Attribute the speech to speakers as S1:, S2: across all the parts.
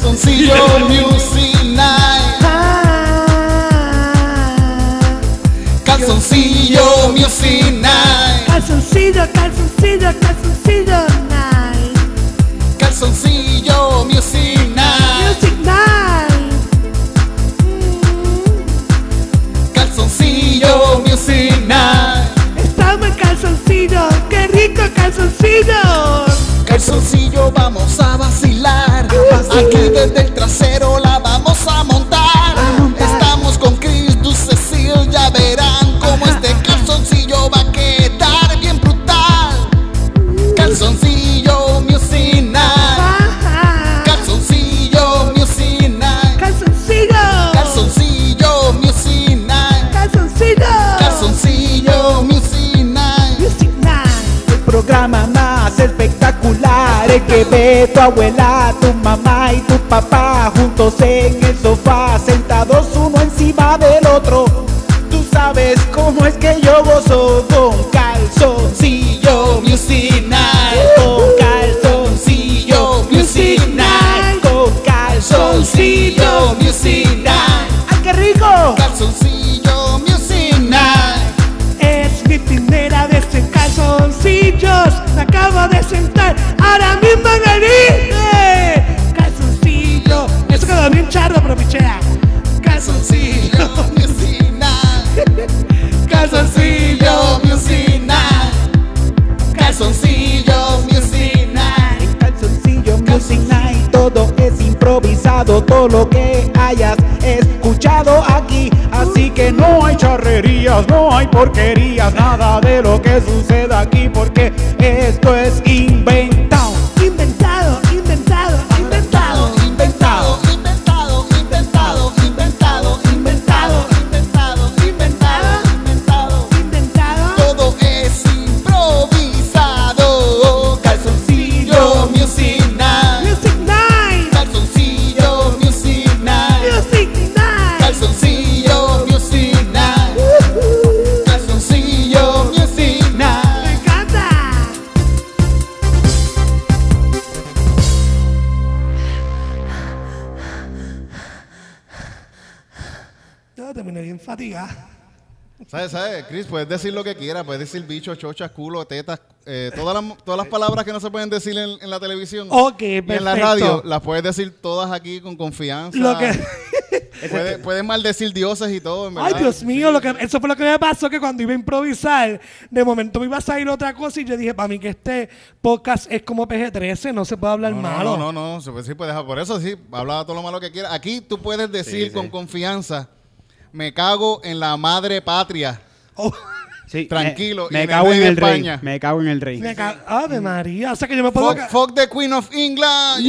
S1: sencillo Music Night.
S2: Ah,
S1: Calzoncillo Music Night.
S2: calzoncillo, calzoncillo, calzoncillo night.
S1: Calzoncillo Music Night.
S2: Music night. Mm,
S1: Calzoncillo Music Night.
S2: estamos en calzoncillo, qué rico calzoncillo.
S1: Calzoncillo vamos a vacilar. Aquí desde el trasero la vamos a montar. Estamos con Chris, Du, Cecil, ya verán cómo este calzoncillo va a quedar bien brutal. Calzoncillo Music Night.
S2: Ajá.
S1: Calzoncillo Music Night.
S2: Calzoncillo.
S1: Calzoncillo Music Night.
S2: Calzoncillo.
S1: Calzoncillo Music Night.
S2: Music night.
S3: El programa más espectacular El que ve tu abuela, tu mamá y tu papá Juntos en el sofá, sentados uno encima del otro Tú sabes cómo es que yo gozo con calzoncillo
S1: Calzoncillo Music Night.
S3: Con calzoncillo,
S1: Calzoncillo Music Night.
S3: con calzoncillo
S1: Calzoncillo Music Night.
S2: Ah,
S3: ¡Ay, qué rico!
S1: Calzoncillo Music Night.
S2: Es mi primera vez en calzoncillos. Me acabo de sentar ahora mismo en el INE. Calzoncillo. Eso quedó bien charro, pero pichea.
S1: Calzoncillo Music Night. Calzoncillo Music Night. Calzoncillo Music Night.
S3: Calzoncillo Music Night, todo es improvisado, todo lo que hayas escuchado aquí. Así que no hay charrerías, no hay porquerías, nada de lo que suceda aquí, porque esto es inventado.
S2: Inventado, inventado, inventado.
S1: inventado, inventado, inventado, inventado, inventado, inventado, inventado, inventado.
S2: Inventado.
S1: Todo es improvisado. Calzoncillo Music Night.
S2: Music night.
S1: Calzoncillo Music Night.
S2: Music night.
S1: Calzoncillo Music Night.
S2: Ujú.
S1: Calzoncillo Music
S2: Me
S1: Night.
S2: encanta. Yo terminé bien fatigada.
S4: ¿Sabes, sabes? Chris, puedes decir lo que quieras. Puedes decir bicho, chochas, culo, tetas. eh, todas, las, todas las palabras que no se pueden decir en, en la televisión.
S2: Ok,
S4: Y en la
S2: perfecto.
S4: radio las puedes decir todas aquí con confianza.
S2: Lo que.
S4: Puedes, puedes maldecir dioses y todo, en
S2: Ay,
S4: verdad.
S2: Dios mío, lo que, eso fue lo que me pasó que cuando iba a improvisar, de momento me iba a salir otra cosa y yo dije, para mí que este podcast es como PG-13, no se puede hablar
S4: No, no,
S2: malo.
S4: No, no, no, se puede- sí puedes- por eso sí, habla todo lo malo que quieras. Aquí tú puedes decir
S5: Sí, sí.
S4: con confianza, me cago en la madre patria.
S2: Oh,
S5: Sí,
S4: Tranquilo,
S5: Me,
S4: y
S5: me
S4: en el
S5: cago
S4: rey
S5: en
S4: de
S5: el rey.
S4: España.
S5: Me cago en el rey.
S2: me ca- Ave María, o sea que yo me puedo.
S4: Fuck,
S2: ca-
S4: fuck the Queen of England.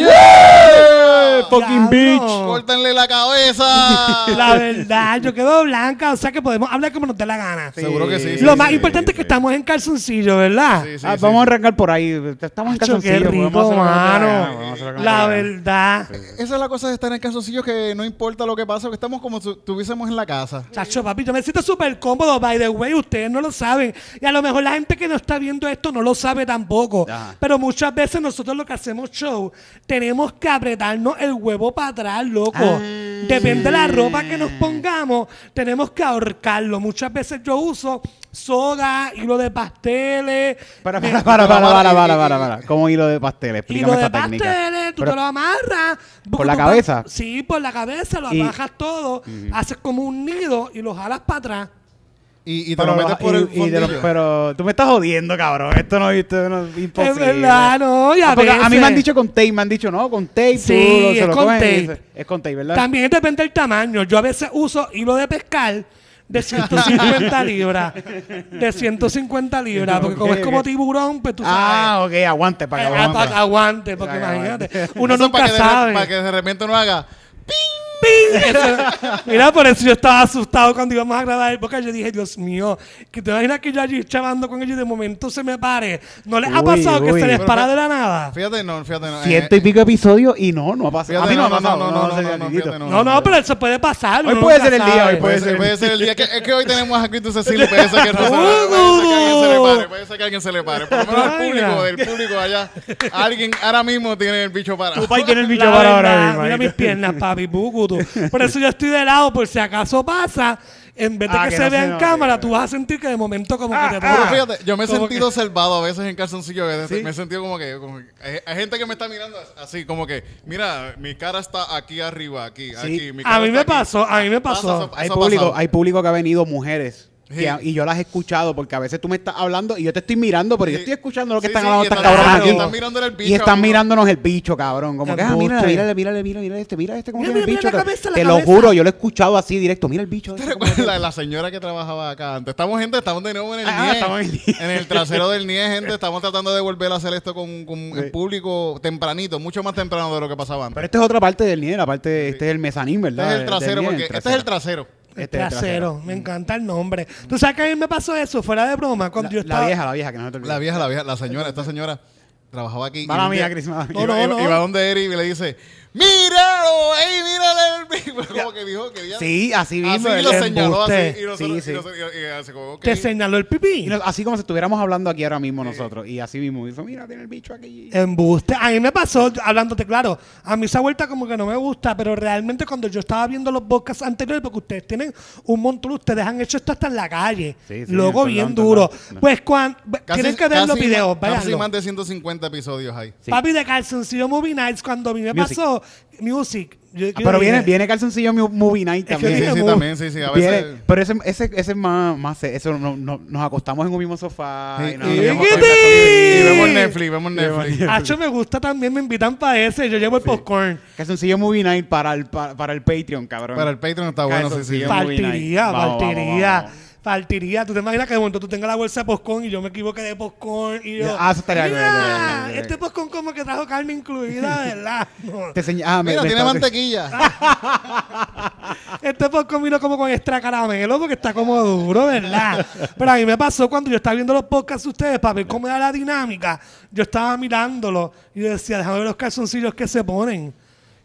S2: Fucking bitch.
S4: ¡Córtenle la cabeza!
S2: La verdad, yo quedo blanca, o sea que podemos hablar como nos dé la gana.
S4: Seguro que sí. sí,
S2: Lo
S4: sí,
S2: más
S4: sí.
S2: importante es que estamos en calzoncillo, ¿verdad?
S4: Sí, sí,
S5: Ah,
S4: sí.
S5: vamos a arrancar por ahí. Estamos en
S2: Acho, qué
S5: calzoncillo, podemos
S2: rico,
S5: hacer lo que nos dé la gana,
S2: mano.
S5: podemos hacer lo que nos dé
S2: La
S5: gana.
S2: verdad.
S4: Esa es la cosa de estar en calzoncillos que no importa lo que pasa, que estamos como si estuviésemos en la casa.
S2: Chacho, papi, yo me siento súper cómodo, by the way, ustedes no lo saben. Y a lo mejor la gente que no está viendo esto no lo sabe tampoco.
S5: Ajá.
S2: Pero muchas veces nosotros lo que hacemos show, tenemos que apretarnos el huevo para atrás, loco.
S4: Ah.
S2: Depende de la ropa que nos pongamos, tenemos que ahorcarlo. Muchas veces yo uso soga, hilo de pasteles.
S5: Para,
S2: me-
S5: para, para, para,
S4: Pero,
S5: para,
S4: y-
S5: para,
S4: y-
S5: para, para. Como hilo de pastel, explícame
S2: Hilo de
S5: esa técnica.
S2: pasteles, tú
S5: Pero-
S2: te lo amarras.
S5: ¿Por la
S2: tú-
S5: cabeza?
S2: Sí, por la cabeza, lo
S5: Y-
S2: abajas todo, haces como un nido y lo jalas para atrás.
S4: Y, y te
S5: pero
S4: lo metes
S5: lo-
S4: por
S5: y-
S4: el
S5: y de lo-
S4: fondillo.
S5: pero tú me estás jodiendo, cabrón. Esto no, esto no es imposible.
S2: verdad, no, y a
S5: Ah, porque a mí me
S2: veces-
S5: han dicho con tape, me han dicho, no, con tape. tú
S2: Sí,
S5: lo- se
S2: es
S5: lo
S2: con
S5: cogen y
S2: tape.
S5: dices- Es con tape, ¿verdad?
S2: También depende del tamaño. Yo a veces uso hilo de pescar de 150 libras. De 150 libras. Porque como
S5: Ok,
S2: es como
S5: ok.
S2: tiburón, pues tú sabes.
S5: ah, ok, aguante para
S2: Eh,
S5: que
S2: ah, pa- aguante, porque
S5: Para que
S2: imagínate.
S5: aguante.
S2: Uno
S4: Eso
S2: nunca
S4: para que de-
S2: sabe.
S4: para que de repente no haga.
S6: ¡Ping! Eso- Mira, por eso yo estaba asustado cuando íbamos a grabar el podcast. Yo dije, Dios mío, que te imaginas que yo allí chavando con ellos y de momento se me pare. ¿No les ha
S5: Uy,
S6: pasado que
S5: uy.
S6: se les
S1: Pero
S6: para
S1: fí-
S6: de la nada?
S1: Fíjate, no, fíjate, no. eh,
S5: Ciento y pico episodios y no, no ha pasado.
S1: Fíjate,
S5: A mí no,
S1: no,
S5: ha
S1: no,
S5: pasado.
S1: no, no, no,
S5: sé,
S1: no, no,
S5: Dieguito.
S1: fíjate,
S6: No, no, pero eso puede pasar.
S5: Hoy
S6: uno
S5: puede
S6: nunca
S5: ser el día,
S6: sabe.
S5: hoy
S1: Puede ser, puede ser el día que es que hoy tenemos a Cristo Cecilio, puede ser que no se le pare, puede ser que alguien se le pare, puede ser que alguien se le pare. Por lo menos al público, del público allá, alguien ahora mismo tiene el bicho parado.
S5: Tupac tiene el bicho eh,
S6: La
S5: para
S6: verdad,
S5: ahora mismo.
S6: Mira
S5: ahí.
S6: mis piernas, papi, bucutu. Por eso yo estoy de lado, por si acaso pasa, en vez de
S5: Ah,
S6: que,
S5: que
S6: se
S5: no
S6: vea
S5: se
S6: en
S5: note, Ah,
S6: cámara, tú vas a sentir que de momento como que te
S1: Pero
S6: toca.
S1: fíjate, yo me he
S6: Ah, Como
S1: sentido salvado a veces en calzoncillo. que Me he sentido como que. como que- hay, hay gente que me está mirando así, como que, mira, mi cara está aquí arriba, aquí, aquí. mi
S6: A
S1: cara
S6: mí
S1: está
S6: me
S1: aquí".
S6: pasó, a mí me
S1: Pasa,
S6: pasó.
S1: eso-
S5: Hay
S1: eso ha
S5: público,
S1: pasado.
S5: hay público que ha venido mujeres.
S1: Sí.
S5: que ha- y yo las he escuchado porque a veces tú me estás hablando y yo te estoy mirando, pero yo
S1: Sí.
S5: estoy escuchando lo que
S1: Sí,
S5: están
S1: sí,
S5: hablando
S1: y
S5: estas
S1: están-
S5: cabronas
S6: y
S5: aquí.
S6: están
S1: mirándole el bicho
S5: Y
S1: a
S5: están
S1: uno.
S5: mirándonos el bicho, cabrón. Como que, ah, mira,
S6: Embuste.
S5: mírale, mírale, mírale, mírale este, mira este, cómo
S6: Mira,
S5: tiene el
S6: mira,
S5: bicho.
S6: mira la
S5: Te-
S6: cabeza, la
S5: Te lo
S6: cabeza.
S5: juro, yo lo he escuchado así directo. Mira el bicho. este, cómo-
S1: la, la señora que trabajaba acá antes. Estamos, gente, estamos de nuevo en el
S5: Ah,
S1: NIE.
S5: estamos en el NIE.
S1: en el trasero del NIE, gente. Estamos tratando de volver a hacer esto con, con el público tempranito, mucho más temprano de lo que pasaba antes.
S5: Pero esta es otra parte del nieve, la parte, este es el mezanín, ¿verdad?
S1: Este es el
S5: Del
S1: trasero,
S5: nieve,
S1: porque este es el trasero.
S6: El
S5: Este es el
S6: trasero, me encanta el nombre. ¿Tú sabes que a mí me pasó eso fuera de broma? Cuando yo
S5: La,
S6: estaba.
S5: la vieja, la vieja, que no se te olvide.
S1: La vieja, la vieja, la señora, esta señora trabajaba aquí. Y
S5: Mala
S1: un día-
S5: mía, Cris, mala mía.
S1: Y va- y
S6: No, no,
S1: va-
S6: no.
S1: y va donde Eric y le dice, ¡Míralo! ¡Ey, mírale el bicho! Como que dijo que ya...
S5: Sí, así mismo.
S1: así
S5: el
S1: lo
S5: embuste.
S1: señaló, así. Y
S5: Sí,
S1: nosotros,
S5: sí.
S1: y nosotros- y- y así como, ok.
S6: Te señaló el pipí.
S5: Y nos- así como si estuviéramos hablando aquí ahora mismo nosotros. Y así mismo. Dijo, mira, tiene el bicho aquí.
S6: Embuste. A mí me pasó, yo- hablándote claro, a mí esa vuelta como que no me gusta, pero realmente cuando yo estaba viendo los podcasts anteriores, porque ustedes tienen un montón, ustedes han hecho esto hasta en la calle,
S5: Sí, sí,
S6: luego
S5: en todos
S6: bien
S5: lados,
S6: duro.
S5: en todos lados.
S6: Pues cuando, tienen que ver los
S1: casi
S6: videos,
S1: más- Casi
S6: véanlo.
S1: más de 150 episodios hay.
S5: Sí.
S6: Papi de Calzoncillo Movie Nights, cuando a mí me
S5: Music.
S6: pasó Music. yo- yo
S5: Ah, pero viene,
S6: dije,
S5: viene calzoncillo mi- Movie Night
S6: Es que
S5: también.
S1: Sí,
S6: dije,
S1: sí,
S6: "Mu-".
S1: también, sí, sí. A
S5: Viene-
S1: veces...
S5: pero ese, ese, ese es más, más eso no- no- nos acostamos en un mismo sofá.
S1: Sí,
S5: y no-
S1: y-
S5: no vemos
S6: ¡Yiquiti!
S5: calzoncillo.
S1: Y vemos Netflix, vemos Netflix.
S6: Hacho, me gusta también, me invitan para ese, yo llevo el popcorn.
S5: Calzoncillo Movie Night para el, para, para el Patreon, cabrón.
S1: Para el Patreon está bueno, sí, sí.
S5: Calzoncillo.
S1: Yo-
S5: Movie Night.
S6: Partiría,
S5: Vamos, vamos,
S6: partiría.
S5: vamos, vamos.
S6: Partiría. ¿Tú te imaginas que de momento tú tengas la bolsa de popcorn y yo me equivoqué de popcorn y yo...
S5: Ah, eso estaría
S6: "Mira,
S5: bien, bien, bien, bien".
S6: Este popcorn como que trajo carne incluida, ¿verdad? No.
S5: Te seña- ah, me-
S1: Mira,
S5: me
S1: tiene
S5: está-
S1: mantequilla.
S6: Este popcorn vino como con extra caramelo porque está como duro, ¿verdad? Pero a mí me pasó cuando yo estaba viendo los podcasts de ustedes para ver cómo era la dinámica. Yo estaba mirándolo y yo decía, déjame ver los calzoncillos que se ponen.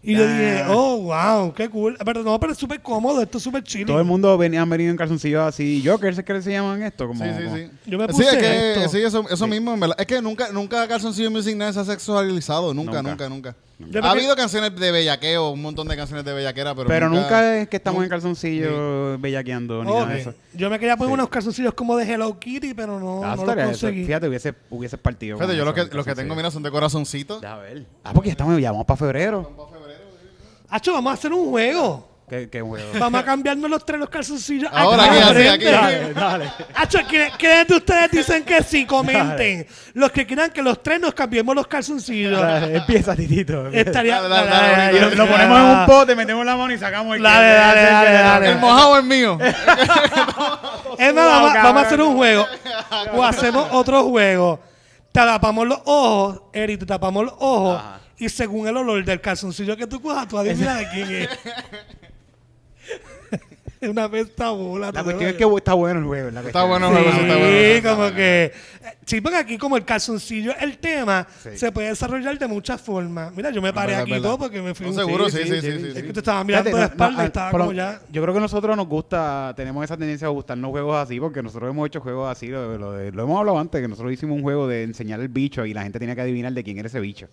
S6: Y yo
S5: Ah.
S6: dije, oh, wow, qué cool. Pero no, pero es súper cómodo, esto es súper chill.
S5: Todo el mundo venía, han venido en calzoncillo así. Jokers, ¿qué que se llaman esto? Como,
S1: Sí, sí,
S5: como-
S1: sí.
S6: Yo me
S1: Sí,
S6: puse
S1: es que,
S6: esto.
S1: sí, eso, eso mismo, en verdad. Es que nunca, nunca Calzoncillo Music Night se ha sexualizado. Nunca,
S5: Nunca.
S1: nunca, nunca.
S6: Yo
S1: Ha
S6: creo que-
S1: habido canciones de bellaqueo, un montón de canciones de bellaquera, pero,
S5: Pero nunca,
S1: nunca
S5: es que estamos en calzoncillo bellaqueando ni nada de
S6: Ok.
S5: eso.
S6: Yo me quería poner unos calzoncillos como de Hello Kitty, pero no,
S5: Ah,
S6: no
S5: estaría
S6: lo
S5: eso.
S6: conseguí.
S5: Fíjate, hubiese, hubiese partido.
S1: Fíjate,
S5: con
S1: yo lo
S5: eso,
S1: que,
S5: en
S1: los que tengo,
S5: calzoncillo.
S1: mira, son de corazoncito.
S5: Deja ver. Ah, porque ya estamos, ya vamos para febrero.
S6: Hacho, vamos a hacer un juego.
S5: Qué, qué juego.
S6: Vamos a cambiarnos los tres los calzoncillos.
S1: Ahora,
S6: aquí
S1: aquí,
S6: al
S1: así,
S6: frente.
S1: aquí.
S5: Dale.
S6: Hacho, ¿quién- ¿quiénes de ustedes dicen que sí? Comenten. Los que quieran que los tres nos cambiemos los calzoncillos.
S5: Dale, Empieza, Titito.
S6: Estaría.
S1: Dale, dale, dale, dale.
S5: Lo, lo ponemos en un pote, metemos la mano y sacamos el.
S6: Dale,
S5: que-
S6: dale,
S5: ese-
S6: dale,
S5: ese-
S6: dale.
S1: El mojado es mío.
S5: Wow,
S6: Es más, vamos, vamos a
S5: cabrón.
S6: hacer un juego. O hacemos otro juego. Te tapamos los ojos, Eri, te tapamos los ojos. Y según el olor del calzoncillo que tú cojas, tú adivinas de quién es. Es una pesta bola.
S5: La
S6: tú
S5: cuestión es
S6: sabes.
S5: que está bueno el juego. la
S1: Está
S5: cuestión.
S1: bueno,
S6: Sí,
S1: juego, está bueno.
S6: como que. Sí, porque aquí, como el calzoncillo es el tema, se puede desarrollar de muchas formas. Mira, yo me paré
S1: verdad,
S6: aquí
S1: verdad.
S6: todo porque me fui
S1: No,
S6: un-
S1: Seguro,
S5: sí,
S1: sí,
S5: sí,
S1: sí, sí.
S5: sí,
S1: sí,
S6: Es
S1: sí.
S6: que te estaba mirando
S5: Fíjate,
S6: de espalda
S5: no,
S6: y
S5: ah,
S6: estaba
S5: pero
S6: como ya.
S5: Yo creo que nosotros nos gusta, tenemos esa tendencia a gustarnos juegos así, porque nosotros hemos hecho juegos así, lo, lo de- lo hemos hablado antes, que nosotros hicimos un juego de enseñar el bicho y la gente tenía que adivinar de quién era ese bicho.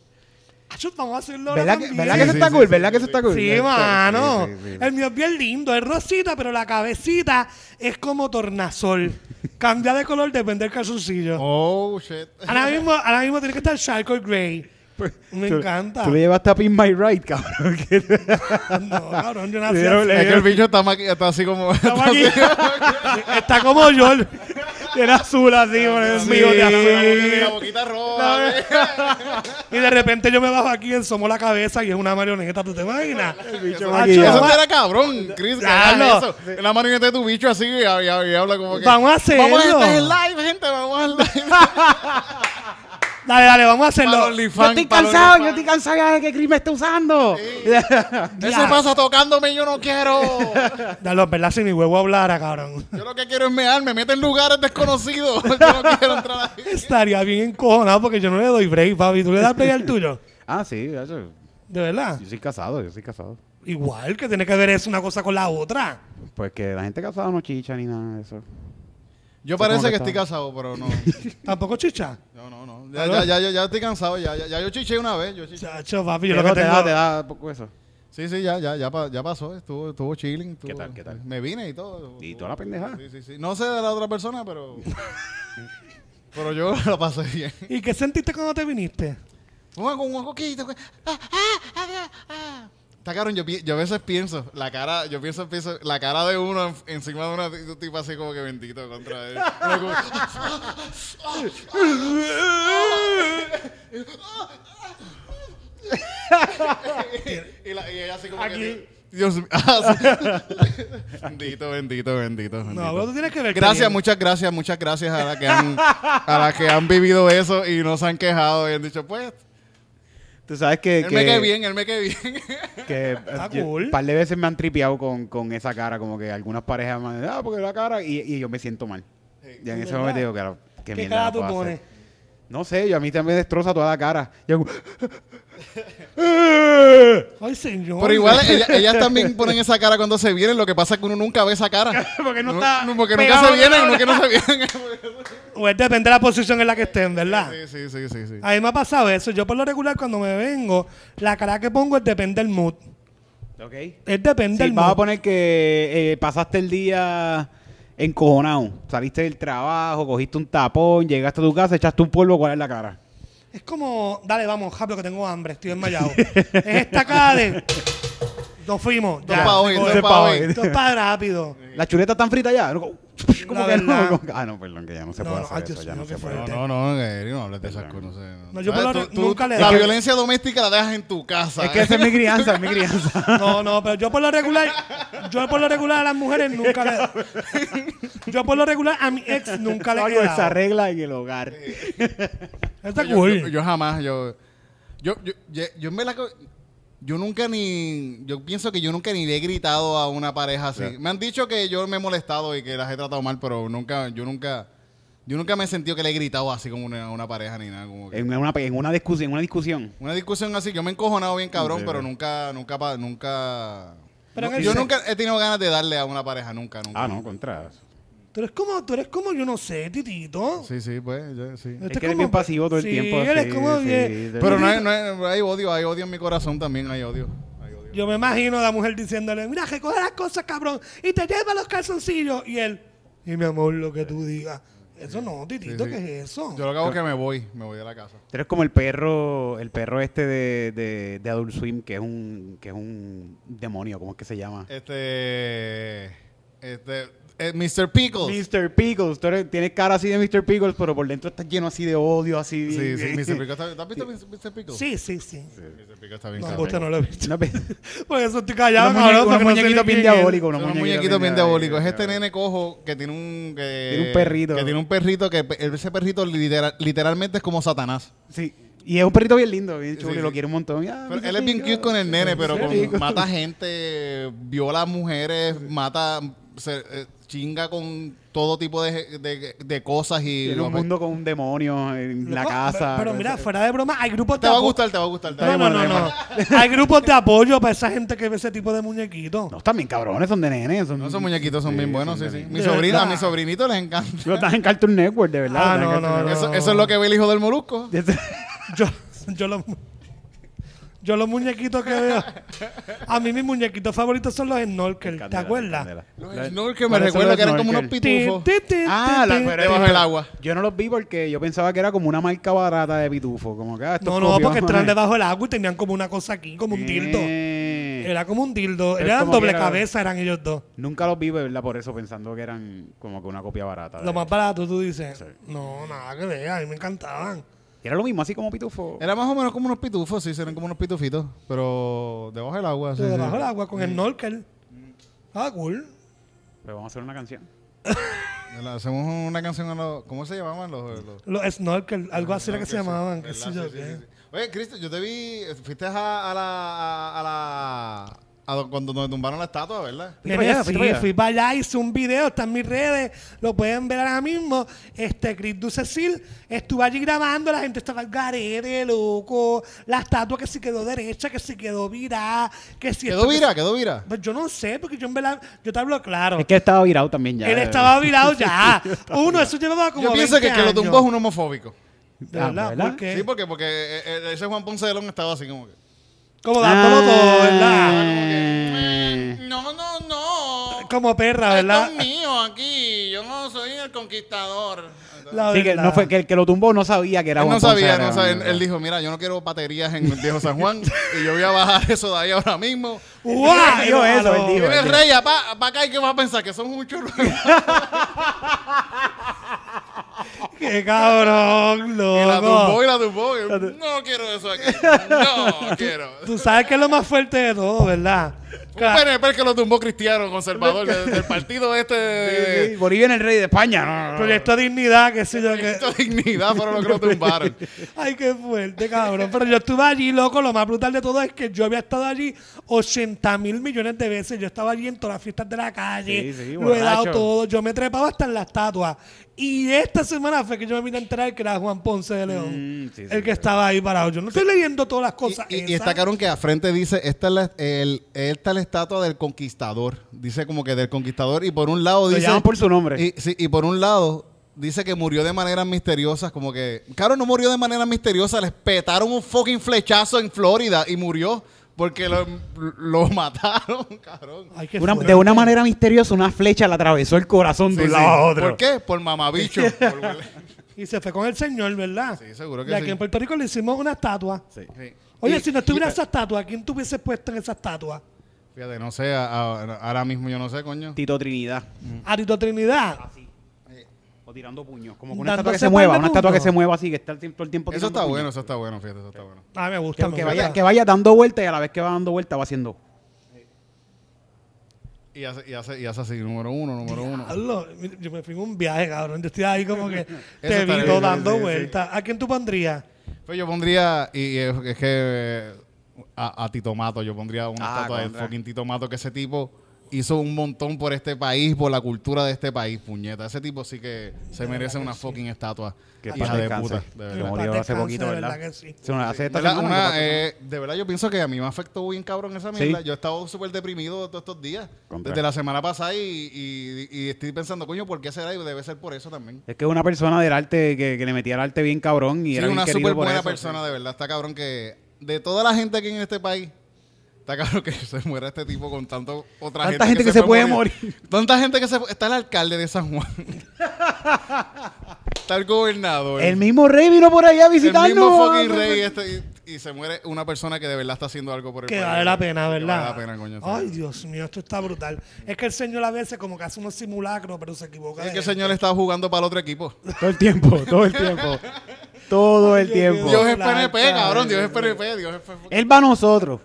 S6: "Ah, chut, Vamos a hacerlo ahora
S5: ¿Verdad que,
S6: también".
S5: ¿verdad que eso
S1: sí,
S5: está
S1: sí,
S5: cool?
S1: sí,
S5: ¿Verdad que eso está cool?
S6: Sí,
S5: Está-
S6: mano.
S5: sí, sí, sí.
S6: El mío es bien lindo, es rosita, pero la cabecita es como tornasol. Cambia de color, depende del calzoncillo.
S1: Oh, shit.
S6: Ahora mismo, ahora mismo tiene que estar Charcoal Grey. Me
S5: Pues, Tú-
S6: encanta.
S5: Tú le llevaste a Pin My Ride, cabrón. que-
S6: No, cabrón, yo
S5: Le
S6: nací
S5: dieron-
S6: así.
S1: Es que el bicho está, maqui- está así como... está así.
S6: Está como yo.
S5: Era azul así, por eso.
S6: mío, te
S1: Y La boquita roja. ¿eh?
S6: Y de repente yo me bajo aquí, ensomo la cabeza y es una marioneta. ¿Tú te imaginas?
S5: bicho
S6: Hacho,
S5: maquillado.
S1: Eso
S6: va-
S1: te era cabrón, Chris. que
S6: Claro.
S1: hagas eso. En la marioneta de tu bicho así y, y- y habla como que.
S6: Vamos a hacerlo.
S1: Vamos a este es el live, gente. Vamos al live.
S6: Dale, dale, vamos
S1: Para
S6: a hacerlo.
S1: los
S5: Yo
S1: OnlyFans,
S5: estoy
S1: para los
S5: cansado, yo
S1: OnlyFans.
S5: estoy cansado ya de que Chris me esté usando.
S1: Eso pasa tocándome y yo no quiero.
S6: Dale, en verdad, si mi huevo hablara, cabrón.
S1: Yo lo que quiero es mear, me mete en lugares desconocidos. Yo no quiero entrar ahí.
S6: Estaría bien encojonado porque yo no le doy break, papi. ¿Tú le das break al tuyo?
S5: Ah, sí, ya yo,
S6: ¿De verdad?
S5: yo soy casado, yo soy casado.
S6: Igual, que tiene que ver es una cosa con la otra.
S5: Pues que la gente casada no chicha ni nada de eso.
S1: Yo
S5: Supongo
S1: parece
S5: que
S1: que estoy
S5: está.
S1: casado, pero no.
S6: ¿Tampoco chicha?
S1: No, no, no. Ya, ya, ya, ya, ya estoy cansado. Ya, ya, ya yo chiché una vez. Yo chiché.
S6: Chacho, papi, yo
S5: Pero
S6: lo que
S5: te, da, te
S6: tengo...
S5: da poco eso.
S1: Sí, sí, ya, ya, ya, pa- ya pasó. Estuvo, estuvo chilling. estuvo-
S5: ¿Qué tal, qué tal?
S1: Me vine y todo.
S5: Y toda la pendejada.
S1: Sí, sí, sí. No sé de la otra persona, pero. pero yo la pasé bien.
S6: ¿Y qué sentiste cuando te viniste?
S1: Vamos con un coquito. con- Ah, ah, ah, ah, ah. Está cabrón, yo, pi- yo a veces pienso, la cara, yo pienso, pienso la cara de uno en- encima de una de un tipo así como que bendito contra él. Uno como- y, la- y ella así como
S6: Aquí.
S1: que... Dios mío. Ah, sí. bendito, bendito, bendito, bendito.
S6: No, pero tú tienes que ver.
S1: Gracias, muchas gracias, muchas gracias a las que han, a las que han vivido eso y no se han quejado y han dicho, pues,
S5: Tú sabes que...
S1: él
S5: que,
S1: me cae bien, él me cae bien.
S5: que eh, yo-
S6: cool.
S5: un par de veces me han tripeado con, con esa cara, como que algunas parejas me han dicho, ah, porque la cara, y, y yo me siento mal. Y en ese
S6: ¿Verdad?
S5: momento digo, claro, qué,
S6: ¿Qué
S5: mierda
S6: cara
S5: no
S6: tú
S5: puedo hacer".
S6: pones?
S5: No sé, yo a mí también me destroza toda la cara. Yo hago,
S6: Ay, señor.
S1: Pero igual, ellas, ellas también ponen esa cara cuando se vienen, lo que pasa es que uno nunca ve esa cara.
S5: porque no
S1: No,
S5: está
S1: no, porque nunca
S5: pegado
S1: se
S5: a la
S1: vienen, no
S5: otra.
S1: que no se vienen.
S6: O es depende de la posición en la que estén, ¿verdad?
S1: Sí, sí, sí, sí, sí.
S6: A mí me ha pasado eso. Yo por lo regular cuando me vengo, la cara que pongo es depende del mood.
S5: Ok.
S6: Es depende
S5: Sí,
S6: del
S5: vamos a
S6: mood.
S5: poner que eh, pasaste el día encojonado. Saliste del trabajo, cogiste un tapón, llegaste a tu casa, echaste un polvo, ¿cuál es la cara?
S6: Es como, dale, vamos, Jablo, que tengo hambre, estoy enmayado. es esta cara de... Nos fuimos.
S1: Dos
S6: Ya,
S1: pa' hoy,
S6: Tengo-
S1: dos
S5: se
S1: pa'
S5: pa'
S1: hoy.
S6: Esto es para rápido.
S5: ¿La chuleta está frita ya? ¿Cómo
S6: La
S5: que no?
S6: verdad.
S5: ¿Cómo que- Ah, no, perdón, que ya no se
S6: No,
S5: puede
S6: no,
S5: hacer
S6: ay,
S5: eso,
S6: Dios
S5: ya
S6: mío,
S5: no se
S6: qué
S5: puede.
S6: fuerte.
S1: No, no, en serio, no hables de esas cosas. No,
S6: No, yo por
S1: ¿Sabes?
S6: lo- nunca le
S1: La
S6: doy.
S1: violencia doméstica la dejas en tu casa.
S5: Es que esa es mi crianza, es mi crianza.
S6: No, no, pero yo por lo regular, yo por lo regular a las mujeres nunca le... Yo por lo regular a mi ex nunca le he
S5: Hago esa
S6: quedado.
S5: regla en el hogar.
S6: Está
S1: yo, yo-
S6: cool.
S1: yo jamás, yo... Yo, yo, yo, yo en verdad que- Yo nunca ni... Yo pienso que yo nunca ni le he gritado a una pareja así. Me han dicho que yo me he molestado y que las he tratado mal, pero nunca... Yo nunca... Yo nunca me he sentido que le he gritado así como una, a una pareja ni nada. Como que-
S5: En una, en una discusión, en una discusión.
S1: Una discusión así, yo me he encojonado bien cabrón,
S5: Sí,
S1: pero
S5: sí.
S1: nunca, nunca, pa- nunca...
S6: Pero
S1: No,
S6: en el
S1: yo
S6: se-
S1: nunca he tenido ganas de darle a una pareja, nunca, nunca.
S5: Ah, no, contra.
S6: Tú eres como, tú eres como, yo no sé, titito.
S1: Sí, sí, pues, yo- sí.
S6: Este
S5: Es que eres bien pasivo todo el
S6: sí,
S5: tiempo.
S6: Él es
S5: así,
S6: como
S5: sí,
S6: bien-
S5: de-
S1: Pero no hay, no hay- hay odio, hay odio en mi corazón también, hay odio. Hay odio.
S6: Yo me imagino a la mujer diciéndole, mira, recoge las cosas, cabrón, y te lleva los calzoncillos. Y él, y mi amor, lo que tú digas. Eso no, titito,
S1: Sí, sí.
S6: ¿qué es eso?
S1: Yo lo que hago es que me voy, me voy de la casa.
S5: Tú eres como el perro, el perro este de, de, de Adult Swim, que es un, que es un demonio, ¿cómo es que se llama?
S1: Este... Este... eh, Mr. Pickles.
S5: Mr. Pickles, tú eres- tienes cara así de Mr. Pickles, pero por dentro estás lleno así de odio, así.
S1: Sí, sí, Mr. Pickles. ¿Tú has visto Mr. Pickles?
S6: Sí, sí, sí.
S1: Mr. Pickles está bien cabrón.
S5: pues,
S6: No,
S5: este
S6: usted no lo he visto.
S5: Una
S6: Por eso estoy callado,
S5: unos
S6: cabrón,
S5: muñe- unos
S6: porque no sé
S5: muñequitos bien
S6: ni quién es.
S5: diabólicos, unos
S1: Son unos
S5: muñequitos
S1: muñequitos bien diabólicos. Es este
S5: diabólicos.
S1: nene cojo que tiene un... Que,
S5: Tiene un perrito.
S1: Que tiene un perrito que pe- ese perrito lidera- literalmente es como Satanás.
S5: Sí. Y es un perrito bien lindo, bien chulo,
S1: Sí,
S5: y
S1: sí.
S5: lo quiere un montón. Y, ah,
S1: Pero
S5: Mr.
S1: él es bien
S5: Pickles.
S1: cute con el nene, pero
S5: Mr.
S1: con-
S5: Pickles.
S1: mata gente, viola mujeres, mata, se, eh, chinga con todo tipo de, de- de cosas y...
S5: Tiene un mundo con un demonio en la
S6: Loco,
S5: casa.
S6: Pero mira, fuera de broma, hay grupos
S1: Te
S6: de
S1: va a
S6: apo-
S1: gustar, te va a gustar. te va a
S6: No, no,
S1: gustar.
S6: no, no. Hay grupos de apoyo para esa gente que ve ese tipo de muñequitos.
S5: No, están bien cabrones, son de nenes. Son...
S1: No, esos muñequitos son
S5: Sí,
S1: bien buenos,
S5: son
S1: sí,
S5: de
S1: sí.
S5: nenes.
S1: Mi
S6: De
S1: sobrina, a
S6: verdad.
S1: mi sobrinito les encanta.
S5: Lo estás en Cartoon Network, de verdad.
S6: Ah,
S5: estás en
S6: no,
S5: Cartoon
S6: no,
S1: Eso,
S5: Network.
S1: eso es lo que ve el hijo del molusco.
S6: Yo, yo los mu- yo los muñequitos que veo. A mí mis muñequitos favoritos son los snorkel, ¿te
S5: Candela,
S6: acuerdas?
S5: candela.
S1: Los snorkel me
S5: ¿Cuáles son
S1: recuerda
S5: los
S1: que eran como unos
S5: snorkel?
S1: pitufos.
S6: Tin, tin, tin,
S5: Ah, la
S6: tin,
S5: pero-
S1: Debajo del agua.
S5: Yo no los vi porque yo pensaba que era como una marca barata de pitufo. Como que, ah, estos
S6: No, no,
S5: copios,
S6: porque estaban
S5: manes.
S6: debajo del agua y tenían como una cosa aquí, como un dildo.
S5: Eh,
S6: Era como un dildo.
S5: Es
S6: Eran
S5: como que
S6: doble
S5: era-
S6: cabeza, eran ellos dos.
S5: Nunca los vi, de ¿verdad? Por eso pensando que eran como que una copia barata.
S6: Lo
S5: de-
S6: más barato, tú dices. No, nada que ver, a mí me encantaban.
S5: Era lo mismo, así como pitufo.
S1: Era más o menos como unos pitufos, sí, eran como unos pitufitos, pero debajo del agua. sí,
S6: Pero
S1: sí. Mm.
S6: debajo del agua con el snorkel. Ah, cool.
S5: Pero vamos a hacer una canción.
S1: Le Hacemos una canción a los. ¿Cómo se llamaban los.? los-
S6: Los snorkel, algo así era que se llamaban. qué sé
S1: ¿Verdad? Sí,
S6: yo
S1: sí,
S6: qué.
S1: sí, sí. Oye, Cristo, yo te vi. Fuiste a, a la. A, a la. A do- cuando donde tumbaron la estatua, ¿verdad?
S5: Fui pa'
S6: Nene,
S5: allá, fui
S6: sí,
S5: pa' allá.
S6: fui para allá, hice un video, está en mis redes, lo pueden ver ahora mismo. Este, Chris Ducecil estuvo allí grabando, la gente estaba al garete, loco. La estatua que se quedó derecha, que se quedó virada, que si
S1: Quedó
S6: esto que
S1: vira,
S6: si-
S1: quedó vira.
S6: Pues yo no sé, porque yo en verdad, yo te hablo claro.
S5: Es que estaba virado también ya.
S6: Él estaba virado ya. Uno, eso llevaba como.
S1: Yo pienso que el
S6: 20
S1: que lo tumbó es
S6: años.
S1: un homofóbicos.
S6: De verdad,
S5: Ah, ¿verdad?
S6: ¿por qué?
S1: Sí, porque, porque eh, eh, ese Juan Ponce de León estaba así como que.
S6: Como dándolo todo, ¿verdad?
S5: Ah.
S1: No, no, no.
S6: Como perra, ¿verdad?
S1: mío aquí. Yo no soy el conquistador.
S6: La
S5: Ah. Sí, que
S6: verdad.
S5: no fue que el que lo tumbó no sabía que era
S1: Él no
S5: Juan Ponce
S1: sabía,
S5: de
S1: no
S5: León.
S1: sabía. Él, él dijo, mira, yo no quiero baterías en el viejo San Juan y yo voy a bajar eso de ahí ahora mismo.
S6: ¡Guau!
S5: Dijo eso, él dijo.
S1: Viene el rey, pa, pa acá y que va a pensar que son un churro. y
S6: ¡Qué cabrón, loco!
S1: la tumbó y la tumbó. Y, no quiero eso aquí. No quiero.
S6: Tú sabes que es lo más fuerte de todo, ¿verdad?
S1: Un
S6: Ca-
S1: PNP que lo tumbó cristiano, conservador, del, del partido este de,
S5: Sí, sí, Por ahí viene el rey de España. No, no, no.
S6: Proyecto Dignidad, qué sé yo,
S1: de-
S6: que...
S1: de dignidad fueron los que lo tumbaron.
S6: Ay, qué fuerte, cabrón. Pero yo estuve allí, loco. Lo más brutal de todo es que yo había estado allí 80 mil millones de veces. Yo estaba allí en todas las fiestas de la
S5: Sí,
S6: calle.
S5: sí,
S6: lo he dado
S5: borracho.
S6: todo. Yo me he trepado hasta en la estatua. Y esta semana fue que yo me vine a enterar que era Juan Ponce de León.
S5: Mm, sí, sí,
S6: el que estaba ahí parado. Yo no estoy leyendo todas las cosas.
S1: Y, y- y
S6: esas.
S1: está cabrón que a frente dice, esta es la, el- esta es la estatua del conquistador. Dice como que del conquistador. Y por un lado
S5: Lo
S1: dice...
S5: llaman por su nombre.
S1: Y, sí, y por un lado dice que murió de maneras misteriosas. Como que... Claro, no murió de maneras misteriosas. Les petaron un fucking flechazo en Florida y murió. Porque lo, lo mataron, cabrón.
S6: Ay, qué
S5: Una-
S6: fuerte.
S5: de una manera misteriosa, una flecha le atravesó el corazón de
S1: Sí,
S5: un
S1: sí.
S5: lado a otro.
S1: ¿Por qué? Por mamabicho. Por-
S6: Y se fue con el señor, ¿verdad?
S1: Sí, seguro que
S6: Y aquí
S1: sí.
S6: en Puerto Rico le hicimos una estatua.
S1: Sí.
S6: Oye,
S1: Y-
S6: si no estuviera
S1: y-
S6: esa estatua, ¿quién tú hubieses puesto en esa estatua?
S1: Fíjate, no sé. a- a- ahora mismo yo no sé, coño.
S5: Tito Trinidad.
S6: A Tito Trinidad.
S5: O tirando puños. Como que una estatua
S6: Dándose
S5: que se mueva,
S6: par de
S5: una estatua que
S6: puños.
S5: se mueva así, que está el tiempo- todo el tiempo
S1: Eso
S5: tirando
S1: está
S5: puños.
S1: bueno, eso está bueno, fíjate, eso está bueno.
S6: Ah, me gusta.
S5: Que,
S6: me
S5: que
S6: gusta.
S5: vaya, que vaya dando vueltas y a la vez que va dando vueltas va haciendo.
S1: Y hace, y hace, y hace así, número uno, número uno.
S6: Hablo, mira, yo me fui en un viaje, cabrón. Yo estoy ahí como que
S1: Eso
S6: te
S1: está
S6: vi
S1: bien,
S6: dando
S1: sí, sí.
S6: vueltas. ¿A quién tú pondrías?
S1: Pues yo pondría, y, y es, es que eh, a, a Tito Mato, yo pondría una
S5: Ah,
S1: estatua de
S5: contra.
S1: fucking Tito Mato, que ese tipo hizo un montón por este país, por la cultura de este país, puñeta. Ese tipo sí que se merece una fucking estatua.
S5: Que
S1: hija
S5: paz
S1: de
S5: descanse.
S1: puta, de
S5: Que
S1: verdad.
S5: murió
S6: Paz
S5: hace
S6: descanse,
S5: poquito,
S6: de
S5: ¿verdad?
S6: verdad que sí.
S5: Se una- hace
S1: De
S5: esta
S1: verdad,
S5: semana,
S1: una,
S5: que pasó.
S1: eh, de verdad, yo pienso que a mí me afectó bien cabrón esa mierda.
S5: Sí.
S1: Yo he estado súper deprimido todos estos días.
S5: Contra.
S1: Desde la semana pasada y, y- y estoy pensando, coño, ¿por qué será? Y debe ser por eso también.
S5: Es que es una persona del arte que, que le metía el arte bien cabrón y
S1: Sí,
S5: era bien
S1: una
S5: querido
S1: súper
S5: por
S1: buena
S5: eso.
S1: persona, de verdad. Está cabrón que de toda la gente que hay en este país, está cabrón que se muera este tipo con tanto otra
S5: Tanta gente que se puede morir.
S1: Tanta gente que se Está el alcalde de San Juan. está el gobernador.
S5: El mismo rey vino por allá a
S1: el
S5: visitarnos.
S1: mismo fucking rey. este, y, y se muere una persona que de verdad está haciendo algo por el
S6: Que
S1: país.
S6: vale la pena,
S1: pues, Que
S6: ¿verdad?
S1: Vale la pena, coño.
S6: Ay, Dios mío, esto está brutal. Es que el señor a veces como que hace unos simulacros, pero se equivoca.
S1: Es
S6: de
S1: que el
S6: gente.
S1: señor está jugando para el otro equipo.
S5: Todo el tiempo, todo el tiempo. Todo el
S6: Dios mío.
S5: tiempo.
S1: Dios es
S6: la
S1: PNP,
S6: alcalde,
S1: cabrón. Dios es PNP. Dios es PNP.
S5: Él va a nosotros,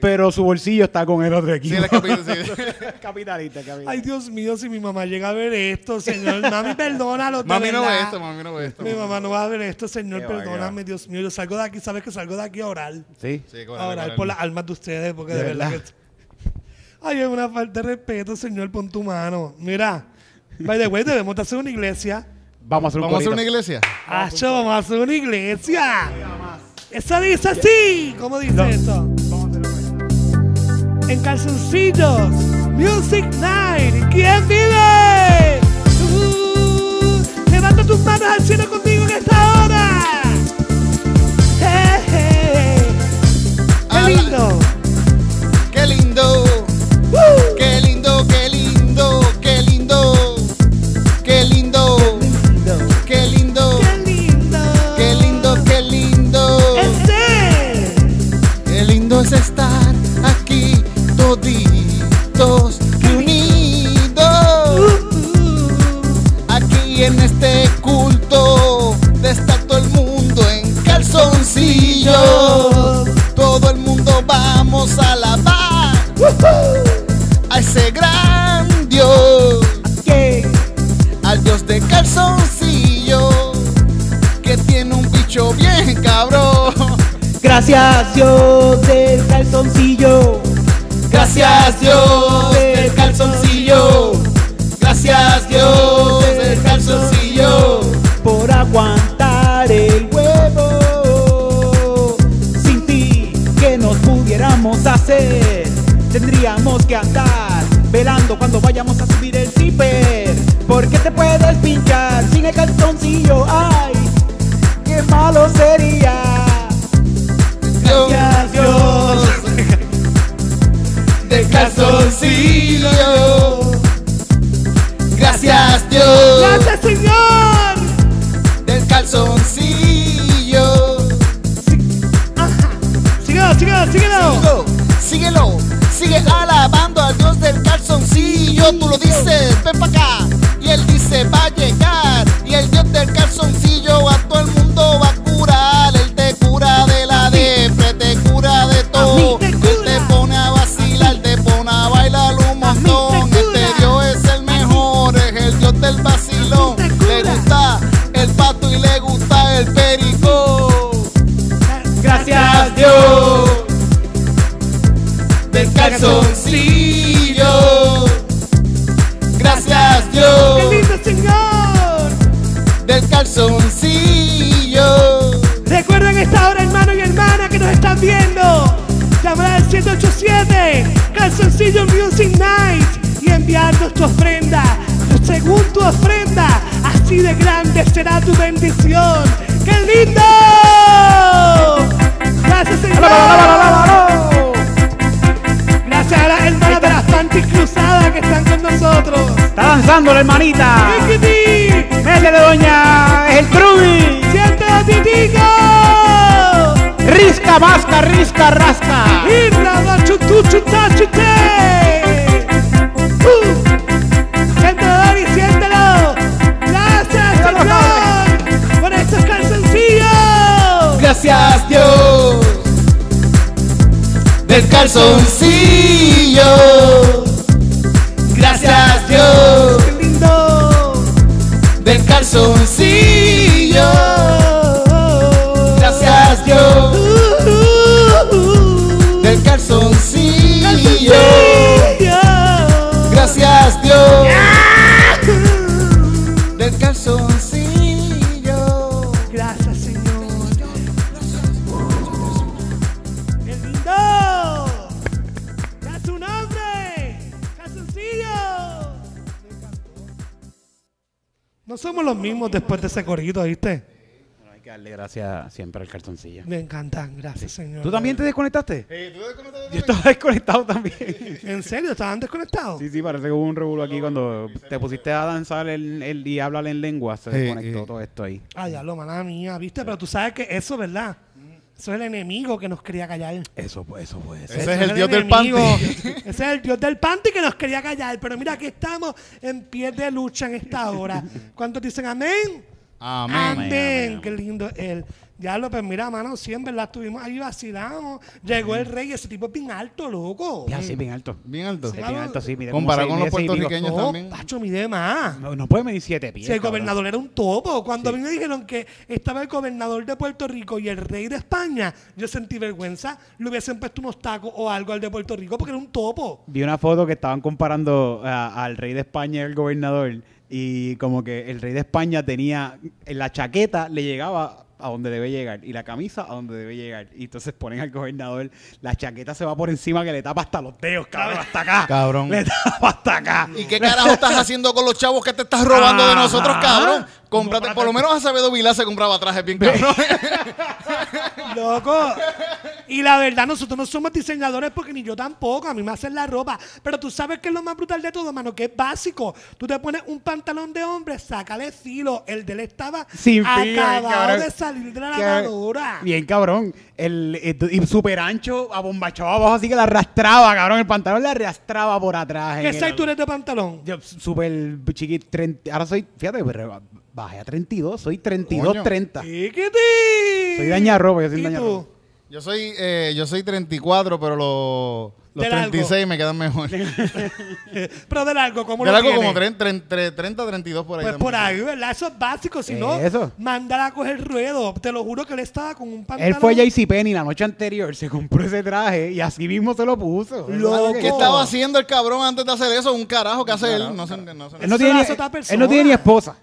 S5: pero su bolsillo está con el otro
S1: Sí,
S5: equipo.
S1: la capi- sí.
S5: capitalista, capitalista.
S6: Ay, Dios mío, si mi mamá llega a ver esto, señor. Mami, perdónalo. de
S1: Mami no ve
S6: verdad.
S1: esto, mami no ve esto.
S6: Mi mamá no va a ver esto, señor.
S5: Qué va, qué
S6: Perdóname, Dios mío. Yo salgo de aquí, sabes que salgo de aquí a orar.
S5: Sí.
S1: Sí,
S6: A
S1: córrele,
S6: orar
S1: córrele.
S6: por las almas de ustedes, porque de,
S5: De
S6: verdad.
S5: verdad.
S6: que- Ay, es una falta de respeto, señor, pon tu mano. Mira, by the way, debemos de hacer una iglesia.
S5: Vamos a hacer un
S1: Vamos a hacer una
S5: corito.
S1: iglesia.
S6: Acho, Ah, vamos a hacer una iglesia. Eso dice así. ¿Cómo dice eso? En calzoncillos. Music Night. ¿Quién vive? Uh, levanta tus manos al cielo conmigo en esta hora. Hey, hey.
S1: Ala-
S6: ¡Qué lindo!
S1: ¡Qué lindo!
S6: Uh.
S1: ¡Qué lindo, qué lindo, qué lindo! ¡Qué lindo! ¡Qué lindo!
S6: ¡Qué lindo!
S1: ¡Qué lindo, qué lindo!
S6: Este.
S1: ¡Qué lindo es estar aquí toditos reunidos! Aquí en este culto está todo el mundo en calzoncillos. Todo el mundo vamos a alabar a ese gran Dios,
S5: Yeah.
S1: al Dios
S7: es de calzoncillo que tiene un bicho bien cabrón.
S2: Gracias Dios del calzoncillo.
S7: Gracias Dios del calzoncillo. Gracias Dios del calzoncillo.
S2: Por aguantar el huevo. Sin ti, ¿qué nos pudiéramos hacer? Tendríamos que andar velando cuando vayamos a subir el zipper. Porque te puedes pinchar sin el calzoncillo. ¡Ay! ¡Qué malo sería! Gracias Dios
S7: del calzoncillo. Gracias Dios
S6: ¡Gracias, señor!
S7: del calzoncillo.
S6: ¡Síguelo, síguelo, síguelo!
S7: Sigo, síguelo, sigue alabando al Dios del calzoncillo. Tú lo dices, ven para acá. Y él dice, va a llegar. Y el Dios del calzoncillo a todo el mundo va a curar. Él te cura de la depre, te cura de todo.
S6: te
S7: Él te
S6: cura.
S7: pone a vacilar, te pone a bailar un montón.
S6: te
S7: Este
S6: cura.
S7: Dios es el mejor, es el Dios del vacilón.
S6: A mí te
S7: Le
S6: cura.
S7: gusta el pato y le gusta el perico.
S2: Gracias
S7: Dios del calzoncillo. Gracias
S6: ¡Qué
S7: Dios
S6: lindo, señor!
S7: del calzoncillo.
S6: Recuerden esta hora, hermano y hermana, que nos están viendo. Llamar al 187, Calzoncillo Music Night y enviarnos tu ofrenda. Según tu ofrenda, así de grande será tu bendición. ¡Qué lindo! Gracias, Señor. Gracias a las hermanas de las Pantis Cruzadas que están con nosotros.
S5: Está danzando la hermanita.
S6: ¡Riquití!
S5: Métele, doña. Es el Trubi.
S6: ¡Siéntate, titico!
S5: Risca, vasca, risca, rasca.
S6: Irla va chutu chuta chute. Uh. Siéntalo, Dani, siéntalo. Gracias, señor, por estos calzoncillos.
S7: Gracias Dios del calzoncillo. Gracias Dios
S6: Qué lindo.
S7: del calzoncillo. Gracias Dios del calzoncillo. Gracias Dios del calzoncillo.
S6: Gracias, señor. ¡Qué lindo! ¡Ya su nombre! ¡Calzoncillo! No somos los mismos después de ese corrido, ¿viste?
S5: Hay que darle gracias siempre al cartoncillo.
S6: Me encantan, gracias, señor.
S5: ¿Tú también te desconectaste? Yo estaba desconectado también.
S6: ¿En serio? ¿Estaban desconectados?
S5: Sí, sí, parece que hubo un revuelo aquí cuando te pusiste a danzar el, el- y hablar en lengua. Se
S1: Sí,
S5: desconectó
S1: sí.
S5: todo esto ahí.
S6: Ah, ya lo, mala mía, ¿viste? Pero tú sabes que eso, ¿verdad?
S5: Mm.
S6: Eso es el enemigo que nos quería callar.
S5: Eso, pues, eso fue eso.
S1: Ese
S6: Ese
S1: es el dios del
S6: enemigo.
S1: panty.
S6: Ese es el dios del panty que nos quería callar. Pero mira, aquí estamos en pie de lucha en esta hora. ¿Cuántos dicen amén?
S1: Amén.
S6: Amén. Qué lindo él. Ya lo, pues mira, mano, siempre la estuvimos ahí vacilamos. Llegó el rey, ese tipo es bien alto, loco.
S5: Ya, sí, bien alto.
S1: Bien alto.
S5: Es bien alto, sí, mira. como
S1: Comparado
S5: seis
S1: con los
S5: meses y pico. Oh,
S1: puertorriqueños
S6: No,
S1: también.
S6: Pacho, mide más.
S5: No, no puede medir siete pies.
S6: Si el
S5: cabrón.
S6: gobernador era un topo. Cuando a mí me dijeron que estaba el gobernador de Puerto Rico y el rey de España, yo sentí vergüenza. Le hubiesen puesto unos tacos o algo al de Puerto Rico porque era un topo.
S5: Vi una foto que estaban comparando a- al rey de España y al gobernador. Y como que el rey de España tenía. La chaqueta le llegaba a donde debe llegar y la camisa a donde debe llegar. Y entonces ponen al gobernador. La chaqueta se va por encima que le tapa hasta los dedos, cabrón, hasta acá.
S1: Cabrón.
S5: Le tapa hasta acá.
S7: ¿Y qué carajo estás haciendo con los chavos que te estás robando de nosotros,
S5: Ajá.
S7: cabrón? Cómprate, por lo menos a Sabedo Vilá se compraba trajes bien cabrón.
S6: Loco. Y la verdad, nosotros no somos diseñadores porque ni yo tampoco. A mí me hacen la ropa. Pero tú sabes que es lo más brutal de todo, mano, que es básico. Tú te pones un pantalón de hombre, sácale filo. El de él estaba
S5: Sin filo,
S6: acabado
S5: cabrón.
S6: de salir de la
S5: Que-
S6: lavadora.
S5: Bien, cabrón. El, el- y súper ancho, abombachado abajo, así que la arrastraba, cabrón. El pantalón la arrastraba por atrás. en
S6: ¿Qué
S5: el-
S6: size tú eres de pantalón?
S5: Yo súper chiquito. Ahora soy, fíjate, re- bajé a 32, soy 32,
S1: Coño.
S5: 30.
S6: Chiquitín.
S5: Soy dañarropa, yo soy
S6: ¿Y
S5: dañarropa.
S6: tú?
S1: Yo soy, eh, yo soy 34, pero lo, Los
S6: de largo.
S1: 36 me quedan mejor. De
S6: Pero de largo, ¿cómo lo
S1: largo
S6: tiene?
S1: como 30, 30, 32 por ahí.
S6: Pues
S1: también.
S6: por ahí, ¿verdad? Eso es básico. Si no,
S5: Eso.
S6: mándala a coger ruedo. Te lo juro que él estaba con un pantalón.
S5: Él fue a Penny la noche anterior, se compró ese traje y así mismo se lo puso.
S6: Loco.
S1: ¿Qué estaba haciendo el cabrón antes de hacer eso? Un carajo que hace él. No sé, no sé.
S5: Él no,
S6: Eso
S5: tiene,
S6: lo
S5: ni-
S6: hace otra
S5: él no tiene ni
S6: persona.
S5: esposa.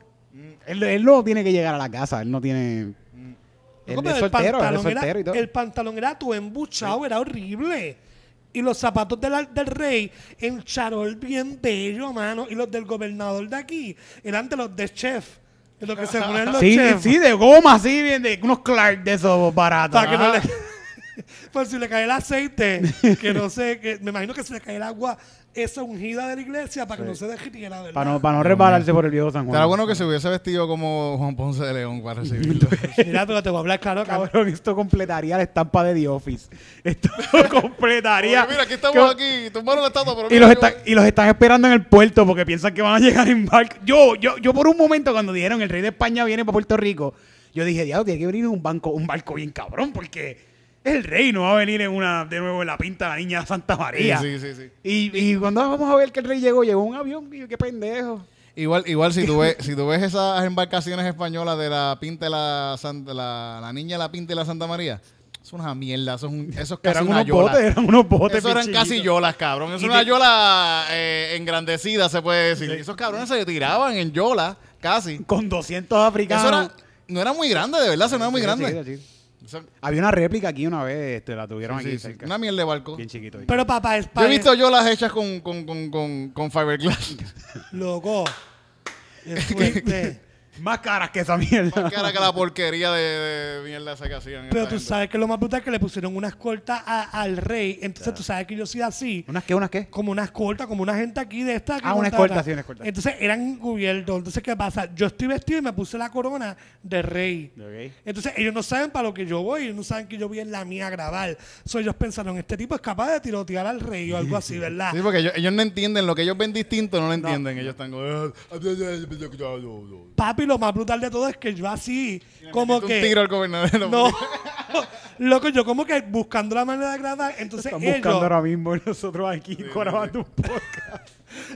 S5: Él, él no tiene que llegar a la casa, él no tiene...
S6: Loco,
S5: Él
S6: pero
S5: es
S6: el
S5: soltero, él es
S6: pantalón era-
S5: soltero y todo.
S6: El pantalón era tu embuchado, era horrible. Y los zapatos de la- del rey en charol bien bello, mano. Y los del gobernador de aquí eran de los de chef. De los que se ponen los
S5: Sí,
S6: chef.
S5: sí, de goma, sí, bien de unos Clark de esos baratos. Ah.
S6: Para que no le... Por si le cae el aceite, que no sé, que me imagino que si le cae el agua esa ungida de la iglesia para que no se derritiera, ¿verdad?
S5: Para no, pa' no resbalarse por el viejo San Juan.
S1: Era bueno que se hubiese vestido como Juan Ponce de León para recibirlo.
S6: Mira, pero te voy a hablar claro, cabrón.
S5: Cabrón, esto completaría la estampa de The Office. Esto lo completaría.
S1: Oye, mira, aquí estamos
S5: Co-
S1: aquí. Tumbaron la estatua, pero
S5: Y
S1: mira,
S5: los,
S1: mira.
S5: están, y los están esperando en el puerto porque piensan que van a llegar en barco. Yo, yo, yo por un momento cuando dijeron el rey de España viene para Puerto Rico, yo dije, diablo, tiene que venir un banco, un barco bien cabrón, porque el rey no va a venir en una, de nuevo en la pinta de la niña Santa María.
S1: Sí, sí, sí, sí.
S5: Y, y cuando vamos a ver que el rey llegó, llegó un avión, y yo, qué pendejo.
S1: Igual, igual si, tú ves, si tú ves esas embarcaciones españolas de la pinta de la, San- de la, la niña de la pinta de la Santa María, es una mierda. Eso es, un- eso es casi
S5: Eran
S1: una
S5: unos
S1: yola.
S5: botes, eran unos botes.
S1: eso eran
S5: bien
S1: casi
S5: chiquitos.
S1: yolas, cabrón. Es una yola eh, engrandecida, se puede decir. Esos cabrones se tiraban en yola, casi.
S5: Con 200
S1: Eso
S5: africanos.
S1: era, no era muy grande, de verdad, eso no era muy
S5: Sí,
S1: grande.
S5: sí, sí.
S1: Eso-
S5: Había una réplica aquí una vez, este, la tuvieron
S1: sí,
S5: aquí
S1: sí,
S5: cerca.
S1: Una mierda de barco.
S5: Bien chiquito. ahí.
S6: Pero papá, es
S1: Yo he
S6: para-
S1: visto yolas hechas con, con, con, con, con fiberglass.
S6: Loco. Es fuerte.
S5: Más caras que esa mierda.
S1: Más cara que la porquería de, de mierda esa que hacían.
S6: Pero
S1: esta
S6: tú
S1: gente.
S6: sabes que lo más brutal es que le pusieron unas cortas a- al rey. Entonces tú sabes que yo soy así.
S5: ¿Unas qué? ¿Unas qué?
S6: Como unas cortas, como una gente aquí de esta. que
S5: Ah, una
S6: contrata.
S5: escolta, sí, una escolta.
S6: Entonces eran encubiertos. Entonces, ¿qué pasa? Yo estoy vestido y me puse la corona de rey.
S5: Ok.
S6: Entonces, ellos no saben para lo que yo voy. Ellos no saben que yo voy en la mía a grabar. So, ellos pensaron, este tipo es capaz de tirotear al rey o algo así, ¿verdad?
S1: Sí, porque ellos, ellos no entienden lo que ellos ven distinto, no lo entienden. Ellos están como. "Ah, ah, ah, ah, ah, ah, ah".
S6: Papi, lo más brutal de todo es que yo así, como
S1: Metiste
S6: que...
S1: Un tiro al gobernador.
S6: No. Loco, yo como que buscando la manera de grabar, entonces
S5: Están buscando
S6: ellos,
S5: ahora mismo y nosotros aquí grabando un podcast.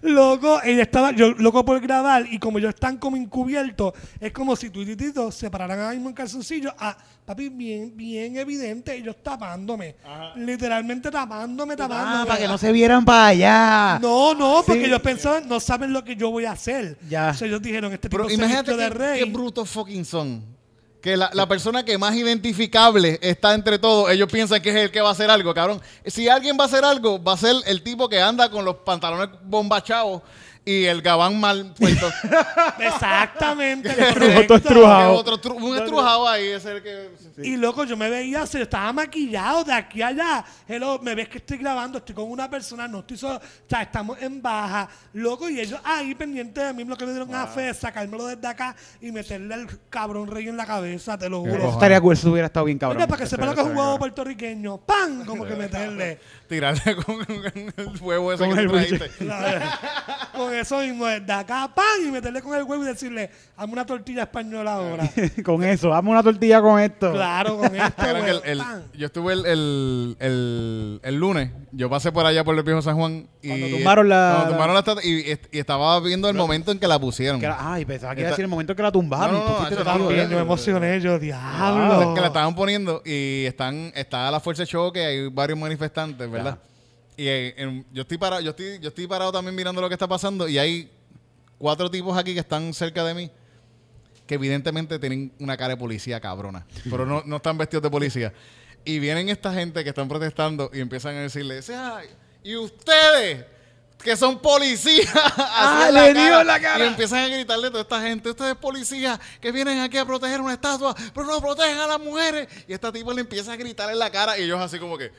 S6: loco, ella estaba, yo loco por grabar y como ellos están como encubiertos, es como si tú y Titito se pararan ahora mismo en calzoncillo, ah, papi, bien, bien evidente, ellos tapándome, literalmente tapándome, tapándome.
S5: se vieran Ah, para allá.
S6: No, no, porque
S5: Sí.
S6: ellos pensaban, no saben lo que yo voy a hacer.
S5: Ya.
S6: O sea, ellos dijeron, este tipo
S1: Pero
S6: se
S1: imagínate
S6: vistió de
S1: qué,
S6: rey.
S1: qué brutos fucking son. Que la, la persona que más identificable está entre todos, ellos piensan que es el que va a hacer algo, cabrón. Si alguien va a hacer algo, va a ser el tipo que anda con los pantalones bombachados y el gabán mal puesto.
S6: Exactamente.
S5: bruto,
S6: correcto.
S5: estruja. Estrujado.
S1: Que otro tru- un estrujado ahí es el que.
S6: Y loco, yo me veía así, yo estaba maquillado de aquí a allá. Hello, me ves que estoy grabando, estoy con una persona, no estoy solo, o sea, estamos en baja, loco, y ellos ahí pendientes de mí, lo que me dieron a fe, sacármelo desde acá y meterle al cabrón rey en la cabeza, te lo
S5: Eso
S6: juro.
S5: estaría cool, eso hubiera estado bien cabrón.
S6: Oye, para que
S5: Eso
S6: sepa lo que
S5: hubiera
S6: es un huevo
S5: estado
S6: puertorriqueño, ¡pam! Como que meterle.
S1: Tirarle con, con el huevo ese
S5: Con
S1: que
S5: el
S1: tú trajiste.
S5: buche.
S6: este con eso mismo, desde acá, ¡pam! Y meterle con el huevo y decirle, hazme una tortilla española ahora.
S5: bien cabrón. con eso, hazme una tortilla con esto.
S6: claro, con esto,
S1: Claro que
S6: huevo,
S1: el- el-
S6: ¡pam!
S1: yo estuve el, el- el- el lunes, yo pasé por allá por el viejo San Juan y
S5: Cuando tumbaron la-
S1: cuando tumbaron la estatua y, est- y estaba viendo el momento en que la pusieron.
S5: Que era- ay, pensaba que iba a
S1: Esta-
S5: decir el momento que la tumbaron.
S1: No, no,
S5: Tú
S1: no,
S5: fuiste
S1: eso no, no,
S5: testigo de
S6: Bien,
S5: eso.
S6: yo me emocioné, yo,
S1: Ah, es
S6: diablo.
S1: que la estaban poniendo y están está la fuerza de choque, hay varios manifestantes, ¿verdad? Y eh, en- yo estoy parado, yo estoy yo estoy parado también mirando lo que está pasando y hay cuatro tipos aquí que están cerca de mí que evidentemente tienen una cara de policía cabrona, pero no, no están vestidos de policía. Y vienen esta gente que están protestando y empiezan a decirle, "Ah, y ustedes que son policías. Así en
S5: Ah, le dio en la cara.
S1: Y empiezan a gritarle a toda esta gente, ustedes policías que vienen aquí a proteger una estatua, pero no protegen a las mujeres. Y esta tipo le empieza a gritar en la cara y ellos así como que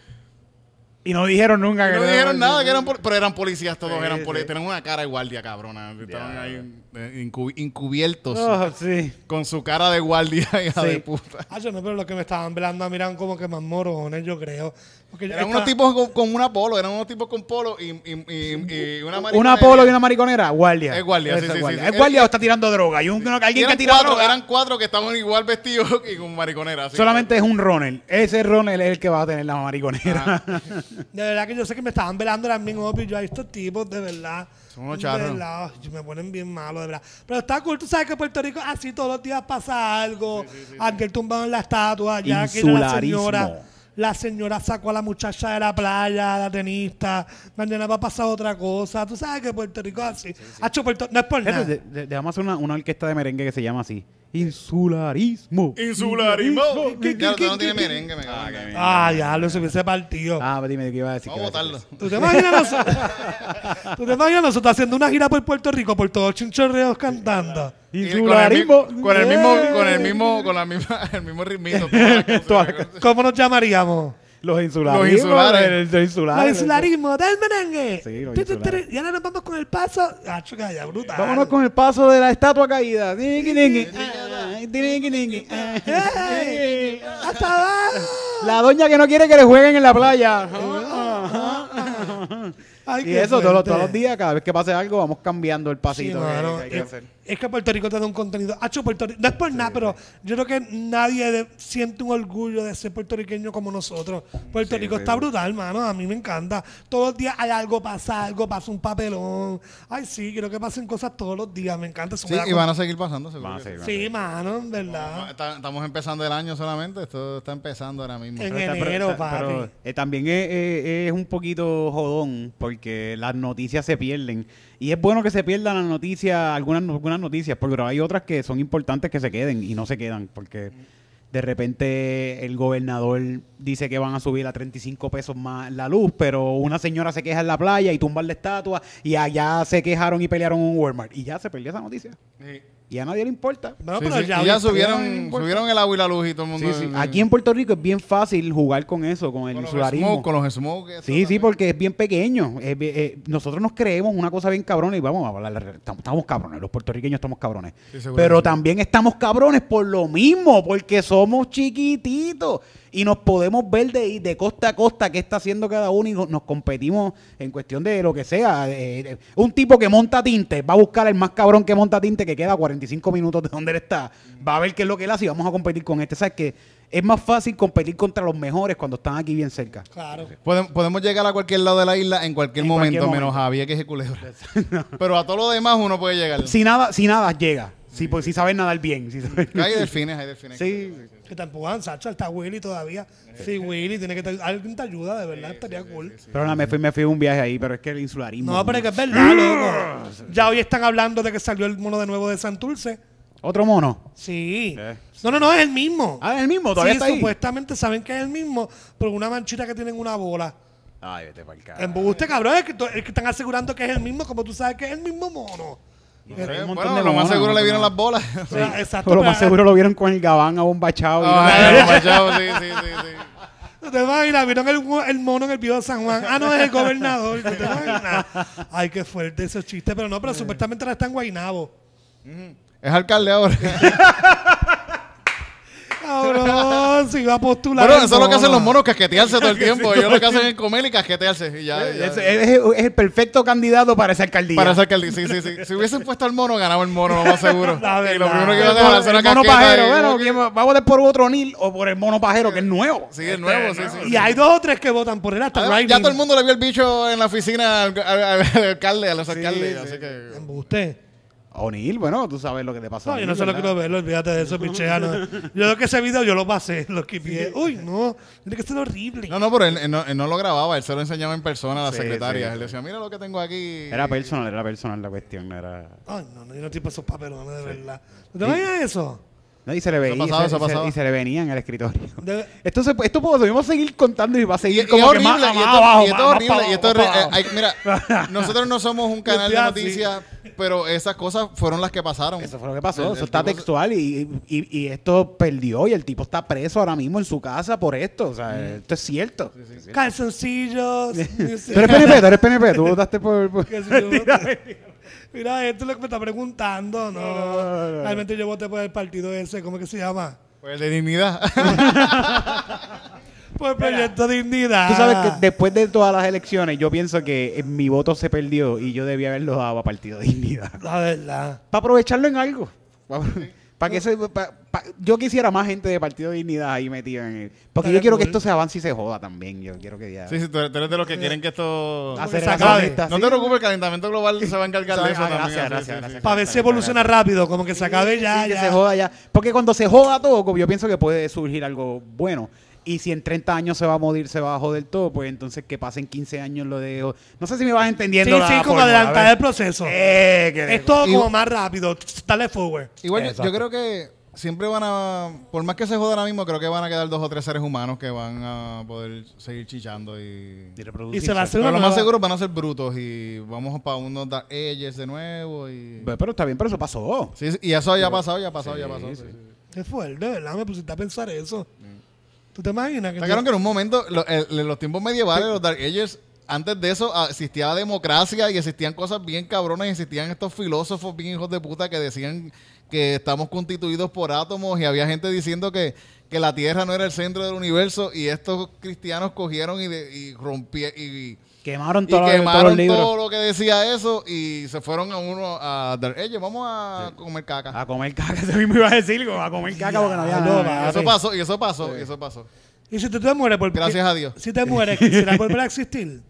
S5: Y no dijeron nunca
S1: y
S5: que
S1: no
S5: era- Oh,
S1: dijeron nada, que eran pol- pero eran policías todos,
S5: Sí,
S1: eran
S5: sí.
S1: policías, tenían una cara de guardia cabrona, estaban ahí eh, incu- encubiertos
S5: Oh, sí.
S1: con su cara de guardia hija
S5: Sí.
S1: de puta.
S6: Ah, yo no, pero los que me estaban velando miran como que más morones, yo creo. Porque yo-
S1: Eran
S6: esta-
S1: unos tipos con, con una polo, eran unos tipos con polo y, y, y, y una marihuana.
S5: Una polo y una mariconera, guardia.
S1: Es guardia, sí,
S5: Eso,
S1: sí,
S5: guardia.
S1: sí, sí.
S5: ¿Es guardia o está tirando droga? Y un, alguien que
S1: eran
S5: tira
S1: cuatro,
S5: droga.
S1: eran cuatro que estaban igual vestidos y con mariconeras. así.
S5: Solamente es un runner. Ese runner es el que va a tener la mariconera.
S6: De verdad que yo sé que me estaban velando eran bien obvio. Yo a estos tipos, de verdad.
S1: Son unos
S6: de
S1: charros.
S6: verdad, ay, me ponen bien malo, de verdad. Pero está cool, tú sabes que Puerto Rico así todos los días pasa algo. Aquel tumbado en la estatua, ya aquí la
S5: Insularismo.
S6: señora. La señora sacó a la muchacha de la playa, la tenista. Mañana va a pasar otra cosa. Tú sabes que Puerto Rico es así. Hacho, Puerto- no es por nada.
S5: Fíjate, de- de- Dejamos hacer una, una orquesta de merengue que se llama así. Insularismo.
S1: Insularismo.
S5: ¿Qué,
S1: Claro,
S5: qué,
S1: tú no
S5: qué,
S1: tienes
S5: qué?
S1: merengue, me cago en la-
S6: Ah, ya, lo se hubiese partido.
S5: Ah, pero dime de qué iba a decir.
S1: Vamos a
S5: ¿qué iba decir?
S1: votarlo.
S6: ¿Tú te imaginas nosotros? ¿Tú te imaginas nosotros haciendo una gira por Puerto Rico, por todos chinchorreos cantando?
S1: Y
S5: Insularismo.
S1: Con el mismo,
S5: Yeah.
S1: con el mismo, con la misma, el mismo ritmito. todas las cosas,
S5: Todas
S1: la cosa.
S6: ¿Cómo nos llamaríamos?
S5: Los insularismos.
S1: Los insulares.
S5: el- Los insulares.
S6: Los insularismos del merengue.
S5: Sí, los
S6: Tu, tu, tu,
S5: insulares.
S6: Y ahora nos vamos con el paso. Ah, chuca, ya, brutal.
S5: Vámonos con el paso de la estatua caída. Dingui, dingui. Ah, dingui, dingui. Ah.
S6: ¡Ey! ¡Hasta abajo!
S5: La doña que no quiere que le jueguen en la playa. Ajá, ajá.
S6: Ay,
S5: Y
S6: qué
S5: eso todos, los-
S6: fuerte.
S5: todos los días, cada vez que pase algo, vamos cambiando el
S6: Sí,
S5: pasito. que-
S6: mano,
S5: que hay que
S6: es,
S5: hacer.
S6: es que Puerto Rico te da un contenido. Hacho, Puerto Rico. No es por nada, pero yo creo que nadie de- siente un orgullo de ser puertorriqueño como nosotros. Puerto Rico está brutal, mano. A mí me encanta. Todos los días hay algo, pasa algo, pasa un papelón. Ay, sí, quiero que pasen cosas todos los días. Me encanta. Eso me
S1: Sí,
S6: da
S1: y van a seguir pasando, seguro.
S5: Van
S1: que
S5: a seguir
S1: sí. Ah,
S5: pasando.
S6: Sí, mano, en verdad.
S1: Está- Estamos empezando el año solamente, esto está empezando ahora mismo.
S6: En
S5: Pero está- pero-
S6: enero,
S5: está-
S6: papi.
S5: pero, eh, también es, eh, es- es un poquito jodón porque las noticias se pierden. Y es bueno que se pierdan las noticias, algunas, no- algunas noticias, porque hay otras que son importantes que se queden y no se quedan porque de repente el gobernador dice que van a subir a 35 pesos más la luz, pero una señora se queja en la playa y tumban la estatua y allá se quejaron y pelearon en un Walmart. Y ya se perdió esa noticia.
S1: Sí.
S5: Y a nadie le importa.
S6: Bueno,
S1: Sí,
S6: pero
S1: sí,
S6: ya,
S1: y ya
S6: viste.
S1: subieron, subieron el agua y la luz y todo el mundo.
S5: Sí, sí. Aquí en Puerto Rico es bien fácil jugar con eso, con el
S1: con los
S5: insularismo.
S1: smoke, con los smoke. esto
S5: Sí, sí,
S1: también.
S5: porque es bien pequeño. Es bien- eh, nosotros nos creemos una cosa bien cabrona y vamos a hablar, la realidad. estamos, estamos cabrones, los puertorriqueños estamos cabrones.
S1: Sí, seguro
S5: Pero
S1: que sí.
S5: también estamos cabrones por lo mismo, porque somos chiquititos y nos podemos ver de, de costa a costa qué está haciendo cada uno y no- nos competimos en cuestión de lo que sea. Eh, eh, un tipo que monta tinte va a buscar el más cabrón que monta tinte que queda a 45 minutos de donde él está. Va a ver qué es lo que él hace y vamos a competir con este. ¿Sabes que Es más fácil competir contra los mejores cuando están aquí bien cerca.
S6: Claro.
S1: Podem- podemos llegar a cualquier lado de la isla en cualquier
S5: En
S1: momento,
S5: cualquier
S1: menos
S5: momento.
S1: a Vieques y Culebra. Pero a todo lo demás uno puede llegar.
S5: si nada, si nada llega. Si, pues, si sabes nadar bien. Si sabes-
S1: Hay delfines, hay delfines.
S5: Sí.
S6: Que te empujan, Sacha. Está Willy todavía. Sí, Willy. Tiene que te- alguien te ayuda, de verdad. estaría cool.
S5: Pero nada, me fui, me fui a un viaje ahí, pero es que el insularismo.
S6: No, pero es que es verdad, loco. Ya hoy están hablando de que salió el mono de nuevo de Santurce.
S5: Otro mono.
S6: Sí.
S5: Eh.
S6: No, no, no, es el mismo.
S5: Ah, es el mismo, todavía
S6: sí,
S5: está ahí.
S6: supuestamente saben que es el mismo, pero una manchita que tienen una bola.
S5: Ay, vete para el carajo.
S6: Embuste, cabrón, es que, to- es que están asegurando que es el mismo, como tú sabes que es el mismo mono.
S5: Pero hay un montón
S1: Eh, Bueno,
S5: de
S1: lo más
S5: monos,
S1: seguro le
S5: ¿no?
S1: vieron las bolas.
S6: O sea, exacto. pues,
S5: Pero lo más
S6: pero-
S5: seguro lo vieron con el gabán a bomba chao. y-
S1: Ah, ya, guachao, sí, sí, sí, sí.
S6: No te imaginas, vieron el, mo- el mono en el video de San Juan. Ah, no, es el gobernador. No te imaginas. Ay, qué fuerte esos chistes, pero no, pero supuestamente ahora está en Guainabo.
S1: Es alcalde ahora.
S6: Cabrón, se iba a postular.
S1: Bueno,
S6: el
S1: eso es lo que hacen los
S6: mono.
S1: monos, casquetearse todo el tiempo. Ellos lo que hacen es comer y casquetearse. Y ya, ya.
S5: Es, es- es el perfecto candidato para esa alcaldía.
S1: Para ser alcalde, sí, sí, sí. Si hubiesen puesto al mono, ganaba el mono, lo más seguro.
S6: La
S1: y lo
S6: verdad.
S1: primero que iban a dejar hacer
S5: el
S1: una
S5: mono
S1: casqueta.
S5: pajero,
S1: y-
S5: bueno, ¿quién va- va a votar por otro Nil o por el mono pajero, que es nuevo.
S1: Sí, de nuevo, sí, sí.
S6: Y hay dos o tres que votan por él hasta
S1: Además,
S6: Riding.
S1: Ah, ya todo el mundo le vio el bicho en la oficina al, al- al alcalde, a los alcaldes. así que.
S6: Embuste.
S5: O'Neill, bueno, tú sabes lo que te pasó.
S6: No, yo no solo quiero verlo, olvídate de eso, pichea. no. Yo creo que ese video yo lo pasé, lo quité. Uy, no, tiene que ser horrible.
S1: No, no, pero él, él no, él no lo grababa, él se lo enseñaba en persona a la
S5: Sí,
S1: secretaria.
S5: sí,
S1: Él decía, mira lo que tengo aquí.
S5: Era personal, era personal la cuestión. no Era...
S6: Ay, no, no, yo no estoy para esos papelones, de verdad. ¿No te vayas eso?
S5: No, y se le veía. y
S1: pasado,
S5: se-
S1: eso
S5: y se,
S1: pasado.
S5: y se le venía en el escritorio.
S6: De-
S5: Esto, se, esto podemos seguir contando y va
S1: Y,
S5: a
S1: y
S5: seguir
S1: es
S5: como
S1: horrible,
S5: que más, más
S1: y esto-
S5: abajo,
S1: y esto
S5: más-
S1: es
S5: más
S1: horrible,
S5: pa' abajo,
S1: y esto es
S5: más
S1: horrible. Eh,
S5: pa'
S1: Ay,
S5: abajo.
S1: mira, nosotros no somos un canal de
S6: Ya, sí.
S1: noticias, pero esas cosas fueron las que pasaron.
S5: Eso fue lo que pasó.
S1: El-
S5: Eso
S1: el
S5: está
S1: tipo se-
S5: textual y, y- y esto perdió y el tipo está preso ahora mismo en su casa por esto. O sea,
S1: Mm.
S5: esto es cierto.
S6: Calzoncillos. music.
S5: Tú eres PNP, tú eres PNP. Tú votaste por... por-
S6: Que si yo voté- Mira, esto es lo que me está preguntando, no. Realmente yo voté por el partido ese, ¿cómo que se llama?
S1: Pues de dignidad.
S6: Por proyecto dignidad.
S5: Tú sabes
S1: Ah.
S5: que después de todas las elecciones, yo pienso que eh, mi voto se perdió y yo debía haberlo dado a Partido Dignidad.
S6: La verdad.
S5: Para aprovecharlo en algo. Para que eso- pa- pa- yo quisiera más gente de Partido Dignidad ahí metida en él. Porque
S6: Estaría
S5: yo quiero que
S6: cool.
S5: esto se avance y se joda también. Yo quiero que ya.
S1: Sí, sí, tú eres tú eres de los que quieren que esto...
S5: Hacer
S1: se
S5: la
S1: acabe.
S5: caleta,
S1: No
S5: sí.
S1: te preocupes, el calentamiento global se va a encargar de eso
S5: Ah,
S1: también.
S5: gracias,
S1: sí,
S5: gracias,
S1: sí,
S5: gracias.
S6: Para ver si evoluciona rápido, como que se acabe ya.
S5: Sí, que
S6: ya.
S5: se joda ya. Porque cuando se joda todo, como yo pienso que puede surgir algo bueno. Y si en 30 años se va a morir, se va a joder todo, pues entonces que pasen 15 años lo de... No sé si me vas
S6: Sí,
S5: entendiendo. la
S6: sí, como
S5: fórmula,
S6: adelantar
S5: ¿ves?
S6: el proceso.
S5: Eh, que-
S6: es todo
S1: Y-
S6: como más rápido. Dale forward.
S1: Igual yo- yo, creo que siempre van a, por más que se joda ahora mismo, creo que van a quedar dos o tres seres humanos que van a poder seguir chichando y...
S5: Y reproducirse.
S6: Y se va a hacer
S1: Pero
S6: una
S1: lo más
S6: nueva.
S1: seguro van a ser brutos y vamos para unos Dark Ages de nuevo y...
S5: Pero- Pero está bien, pero eso pasó.
S1: Sí, sí, y eso ya ha pasado, ya ha pasado, ya ha pasado.
S5: sí,
S1: sí,
S5: sí.
S1: sí.
S6: Qué fuerte, ¿verdad? Me pusiste a pensar eso. ¿Tú te imaginas que.?
S1: Mm. Sacaron que en un momento, lo- el- en los tiempos medievales, los Dark Ages, antes de eso ah, existía la democracia y existían cosas bien cabronas y existían estos filósofos bien hijos de puta que decían que estamos constituidos por átomos y había gente diciendo que, que la Tierra no era el centro del universo y estos cristianos cogieron y, de- y rompieron y,
S5: Quemaron
S1: y
S5: todos los- todos los
S1: quemaron
S5: libros.
S1: todo lo que decía eso y se fueron a uno a Dark Ages, vamos a comer caca.
S5: A comer caca, eso mismo iba a decir, como a comer caca porque no había
S6: Diablo,
S5: nada.
S1: Y eso
S6: papi.
S1: pasó, y eso pasó, y eso pasó.
S6: Y si tú te mueres por.
S1: Gracias a Dios.
S6: Si te mueres, ¿quisieras volver a existir?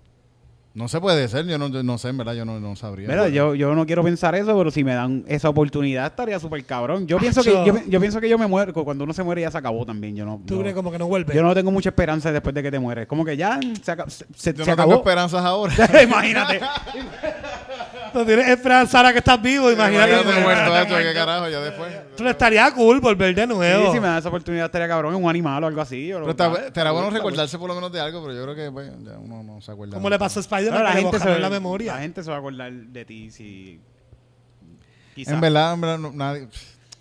S1: No se puede ser, yo no, yo no sé, en verdad, yo no, no sabría.
S5: Mira, yo, yo no quiero pensar eso, pero si me dan esa oportunidad estaría súper cabrón. Yo pienso, que,
S6: Acho.
S5: yo, yo pienso que yo me muero. Cuando uno se muere ya se acabó también. Yo no,
S6: Tú
S5: no-
S6: crees como que no vuelves.
S5: yo no tengo mucha esperanza después de que te mueres. Como que ya se, aca- se,
S1: Yo
S5: se- se
S1: no tengo
S5: acabó.
S1: esperanzas ahora.
S5: Imagínate.
S6: Tú tienes esperanza ahora que estás vivo, imagínate.
S1: Imagínate muerto, macho, qué carajo, ya después.
S6: Tú no estaría cool volver de nuevo.
S5: Sí, si me dan esa oportunidad estaría cabrón en un animal o algo así. o lo-
S1: Pero está- estará bueno recordarse por lo menos de algo, pero yo creo que pues, ya uno no se acuerda.
S6: Como le pasó a
S5: Claro,
S6: Spider-Man,
S5: la,
S6: que le
S5: gente se,
S6: borraron la memoria.
S5: la gente se va a acordar de ti si... Quizás.
S1: En verdad, en verdad, no- nadie.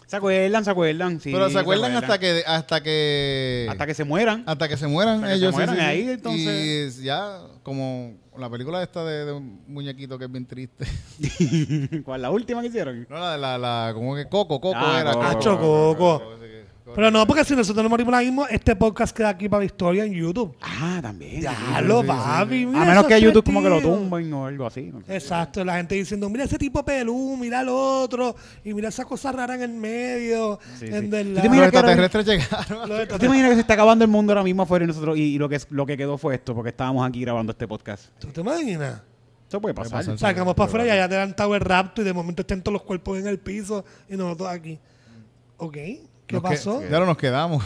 S5: Se acuerdan, se acuerdan. sí,
S1: pero se acuerdan hasta que
S5: acuerdan.
S1: hasta que
S5: Hasta que se mueran.
S1: hasta que se mueran
S5: Hasta que se
S1: ellos.
S5: mueran ahí, entonces.
S1: Y ya como la película esta de, de un muñequito que es bien triste.
S5: ¿Cuál? La última que hicieron.
S1: No la de la, la como que Coco, Coco
S5: Ah,
S1: era.
S5: Coco.
S6: Ah, Chococo. Pero no, porque si nosotros nos morimos ahora mismo, este podcast queda aquí para la historia en YouTube.
S5: Ah, también.
S6: Ya lo papi. mira
S5: A menos
S6: esos
S5: que YouTube
S6: tres
S5: como que lo
S6: tíos.
S5: tumben o algo así. no sé.
S6: Exacto, la gente diciendo, mira ese tipo pelú, mira al otro, y mira esa cosa rara en el medio.
S5: Sí,
S6: en
S5: sí.
S6: verdad.
S5: ¿Tú te
S1: Los
S5: imaginas que ahora-
S1: extraterrestres llegaron.
S6: Lo de-
S5: ¿Tú te imaginas que se está acabando el mundo ahora mismo afuera y nosotros y, y lo que lo que quedó fue esto porque estábamos aquí grabando este podcast?
S6: ¿Tú te imaginas?
S5: Eso puede pasar.
S1: pasar.
S6: Sacamos para afuera y allá te dan Tower Rapto y de momento estén todos los cuerpos en el piso y nosotros aquí. ¿Ok? ¿Qué
S1: Nos que-
S6: pasó?
S1: Ya no nos quedamos.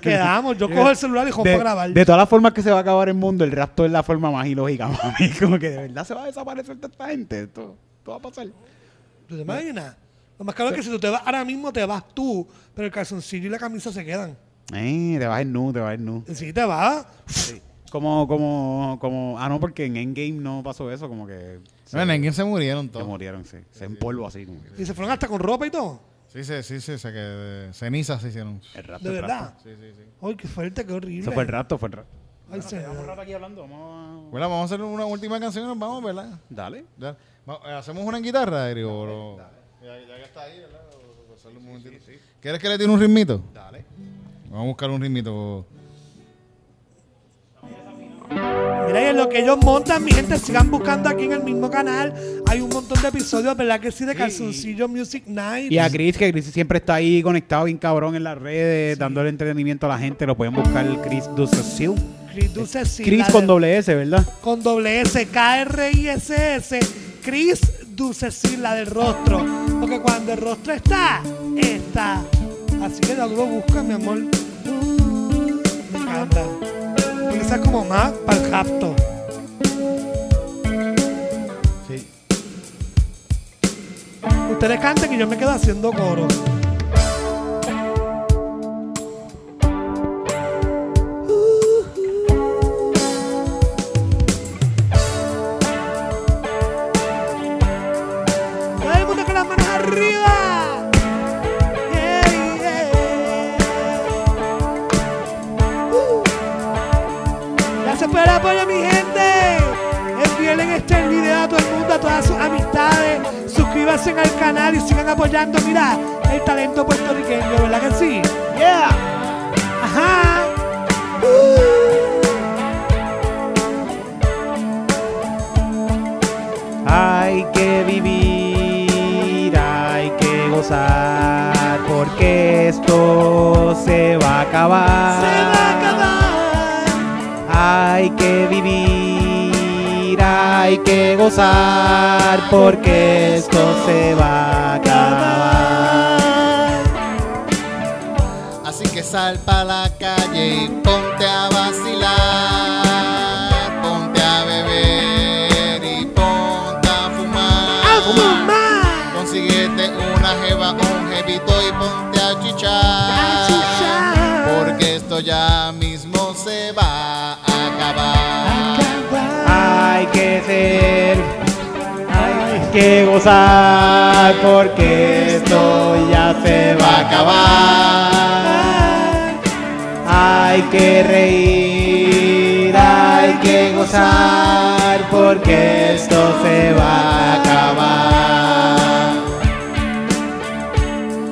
S6: Quedamos. Yo cojo el celular y rompo a grabar.
S5: De, de todas las formas que se va a acabar el mundo, el rapto es la forma más ilógica, mami. Como que de verdad se va a desaparecer toda esta gente. Esto, esto va a pasar.
S6: ¿Tú te imaginas? Lo más claro es que si tú te vas, ahora mismo te vas tú, pero el calzoncillo y la camisa se quedan.
S5: Eh, te vas en nu, te vas en nu.
S6: Si te vas,
S5: Como, como, como. Ah, no, porque en Endgame no pasó eso, como que. Se,
S1: Bueno, en quién se murieron
S5: se
S1: todos.
S5: murieron, sí. Se en polvo así. como que-
S6: y se fueron hasta con ropa y todo.
S1: Sí, sí, sí, sí, se que cenizas se hicieron.
S5: El rapto.
S6: De
S5: el rapto.
S6: verdad.
S1: Sí, sí, sí.
S6: Ay, qué fuerte, qué horrible.
S5: Eso fue el rapto, fue el rapto.
S6: Ay, señor.
S5: aquí hablando, vamos
S1: Bueno, vamos a hacer una última canción y nos vamos, ¿verdad?
S5: Dale.
S1: Ya. Va- eh, ¿Hacemos una en guitarra, Eri? o no? Ya, ya que está ahí, ¿verdad? O- o- hacerle un momentito. ¿Quieres que le tire un ritmito? Dale. Vamos a buscar un ritmito.
S6: Mira, y en lo que ellos montan, mi gente, sigan buscando aquí en el mismo canal. Hay un montón de episodios, ¿verdad? Que sí, de calzoncillo Music Night.
S5: Y a Chris, que Chris siempre está ahí conectado bien cabrón en las redes, dándole entretenimiento a la gente. Lo pueden buscar Chris Ducecil.
S6: Chris Dulce Sil,
S5: Chris
S6: la
S5: con
S6: de-
S5: doble S, ¿verdad?
S6: Con doble S, K-R-I-S-S. Chris Dulcecil, la del rostro. Porque cuando el rostro está, está. Así que no lo busca, mi amor. Me encanta. Porque esa es como más para el japto.
S1: Sí.
S6: Ustedes canten que yo me quedo haciendo coro. Todo el mundo con las manos arriba. Yeah, yeah. Uh. Gracias por el apoyo, mi gente. Envíenle este video a todo el mundo, a todas sus amistades. Suscríbanse al canal y sigan apoyando. Mira, el talento puertorriqueño, ¿verdad que sí?
S5: Yeah.
S6: Ajá. Uh.
S5: gozar porque esto se va a acabar.
S2: Se va a acabar.
S5: Hay que vivir, hay que gozar porque esto se va a acabar.
S7: Así que sal pa' la calle y ponte a vacilar, ponte a beber y ponte a fumar.
S2: ¡A fumar!
S7: Consíguete una jeva, un jevito y ponte a chichar.
S2: A chichar.
S7: Porque esto ya mismo se va a acabar.
S5: Hay que ser, hay que gozar porque esto ya se va a acabar. Hay que reír, hay que gozar porque esto se va a acabar.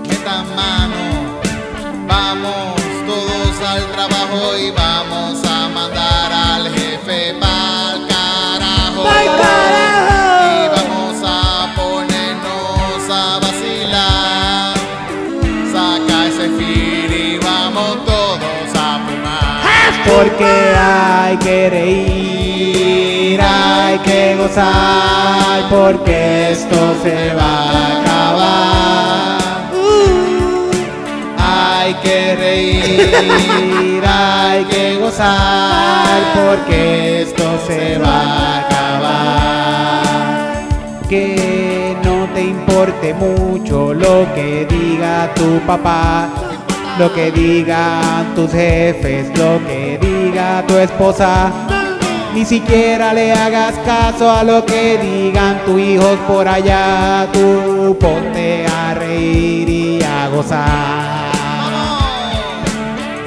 S7: Meta mano, vamos todos al trabajo y vamos a mandar al jefe pa'l carajo.
S2: ¡Pa'l carajo!
S7: Y vamos a ponernos a vacilar. Saca ese fil y vamos todos a fumar.
S5: Porque hay que reír, hay que gozar, porque esto se va a acabar. Hay que reír, hay que gozar, porque esto se va a acabar. Que no te importe mucho lo que diga tu papá, lo que digan tus jefes, lo que diga tu esposa. Ni siquiera le hagas caso a lo que digan tus hijos por allá. Tú ponte a reír y a gozar.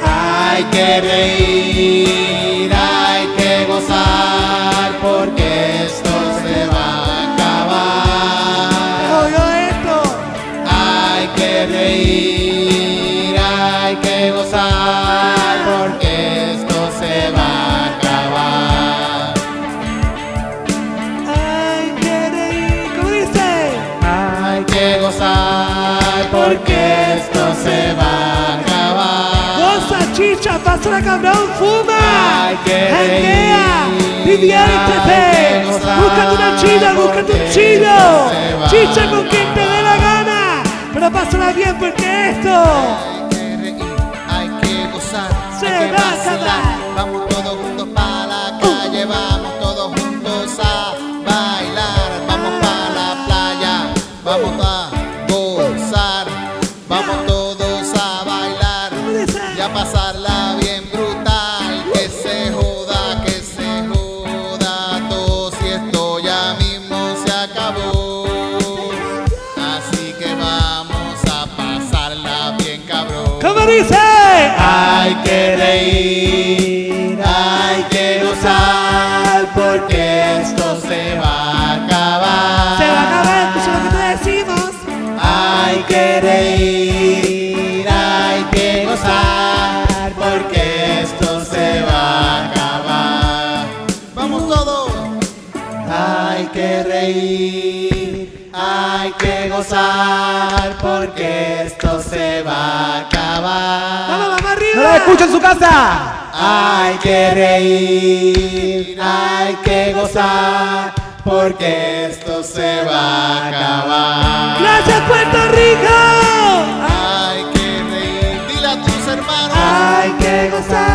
S5: Hay que reír, hay que gozar, porque esto se va a acabar.
S2: Oigo esto.
S5: Hay que reír, hay que gozar, porque esto se va a acabar.
S2: Ay, qué rico, ¿cómo dice?
S5: Hay que gozar, porque esto se va a acabar.
S2: Goza, chicha, pásala, cabrón, fuma.
S5: Hay que
S2: Janguea,
S5: reír, hay
S2: diviértete.
S5: que gozar,
S2: Búscate una chida, búscate un
S5: porque
S2: chido.
S5: esto se va
S2: Chicha con quien te dé la gana. Pero pásala bien porque esto.
S7: Hay que reír, hay que gozar,
S2: Se
S7: hay que
S2: va a acabar.
S7: vacilar. Vamos todos juntos para la calle, vamos todos juntos a bailar. Vamos para la playa, vamos a gozar. Vamos todos a bailar y a pasarla bien brutal. Que se joda, que se joda todo. Si esto ya mismo se acabó. Así que vamos a pasarla bien, cabrón.
S2: ¿Cómo dice?
S5: Hay que reír, hay que gozar, porque esto se va a acabar.
S2: Se va a acabar, eso es lo que te decimos.
S5: Hay que reír, hay que gozar, porque esto se va a acabar.
S7: Vamos todos.
S5: Hay que reír, hay que gozar, porque esto se va a
S2: Vamos,
S5: acabar.
S2: vamos
S8: ¡No la
S2: arriba.
S8: escucho en su casa!
S5: Hay que reír, hay que gozar, porque esto se va a acabar.
S2: Gracias, Puerto Rico.
S7: Hay que reír, dile a tus hermanos.
S5: Hay que gozar.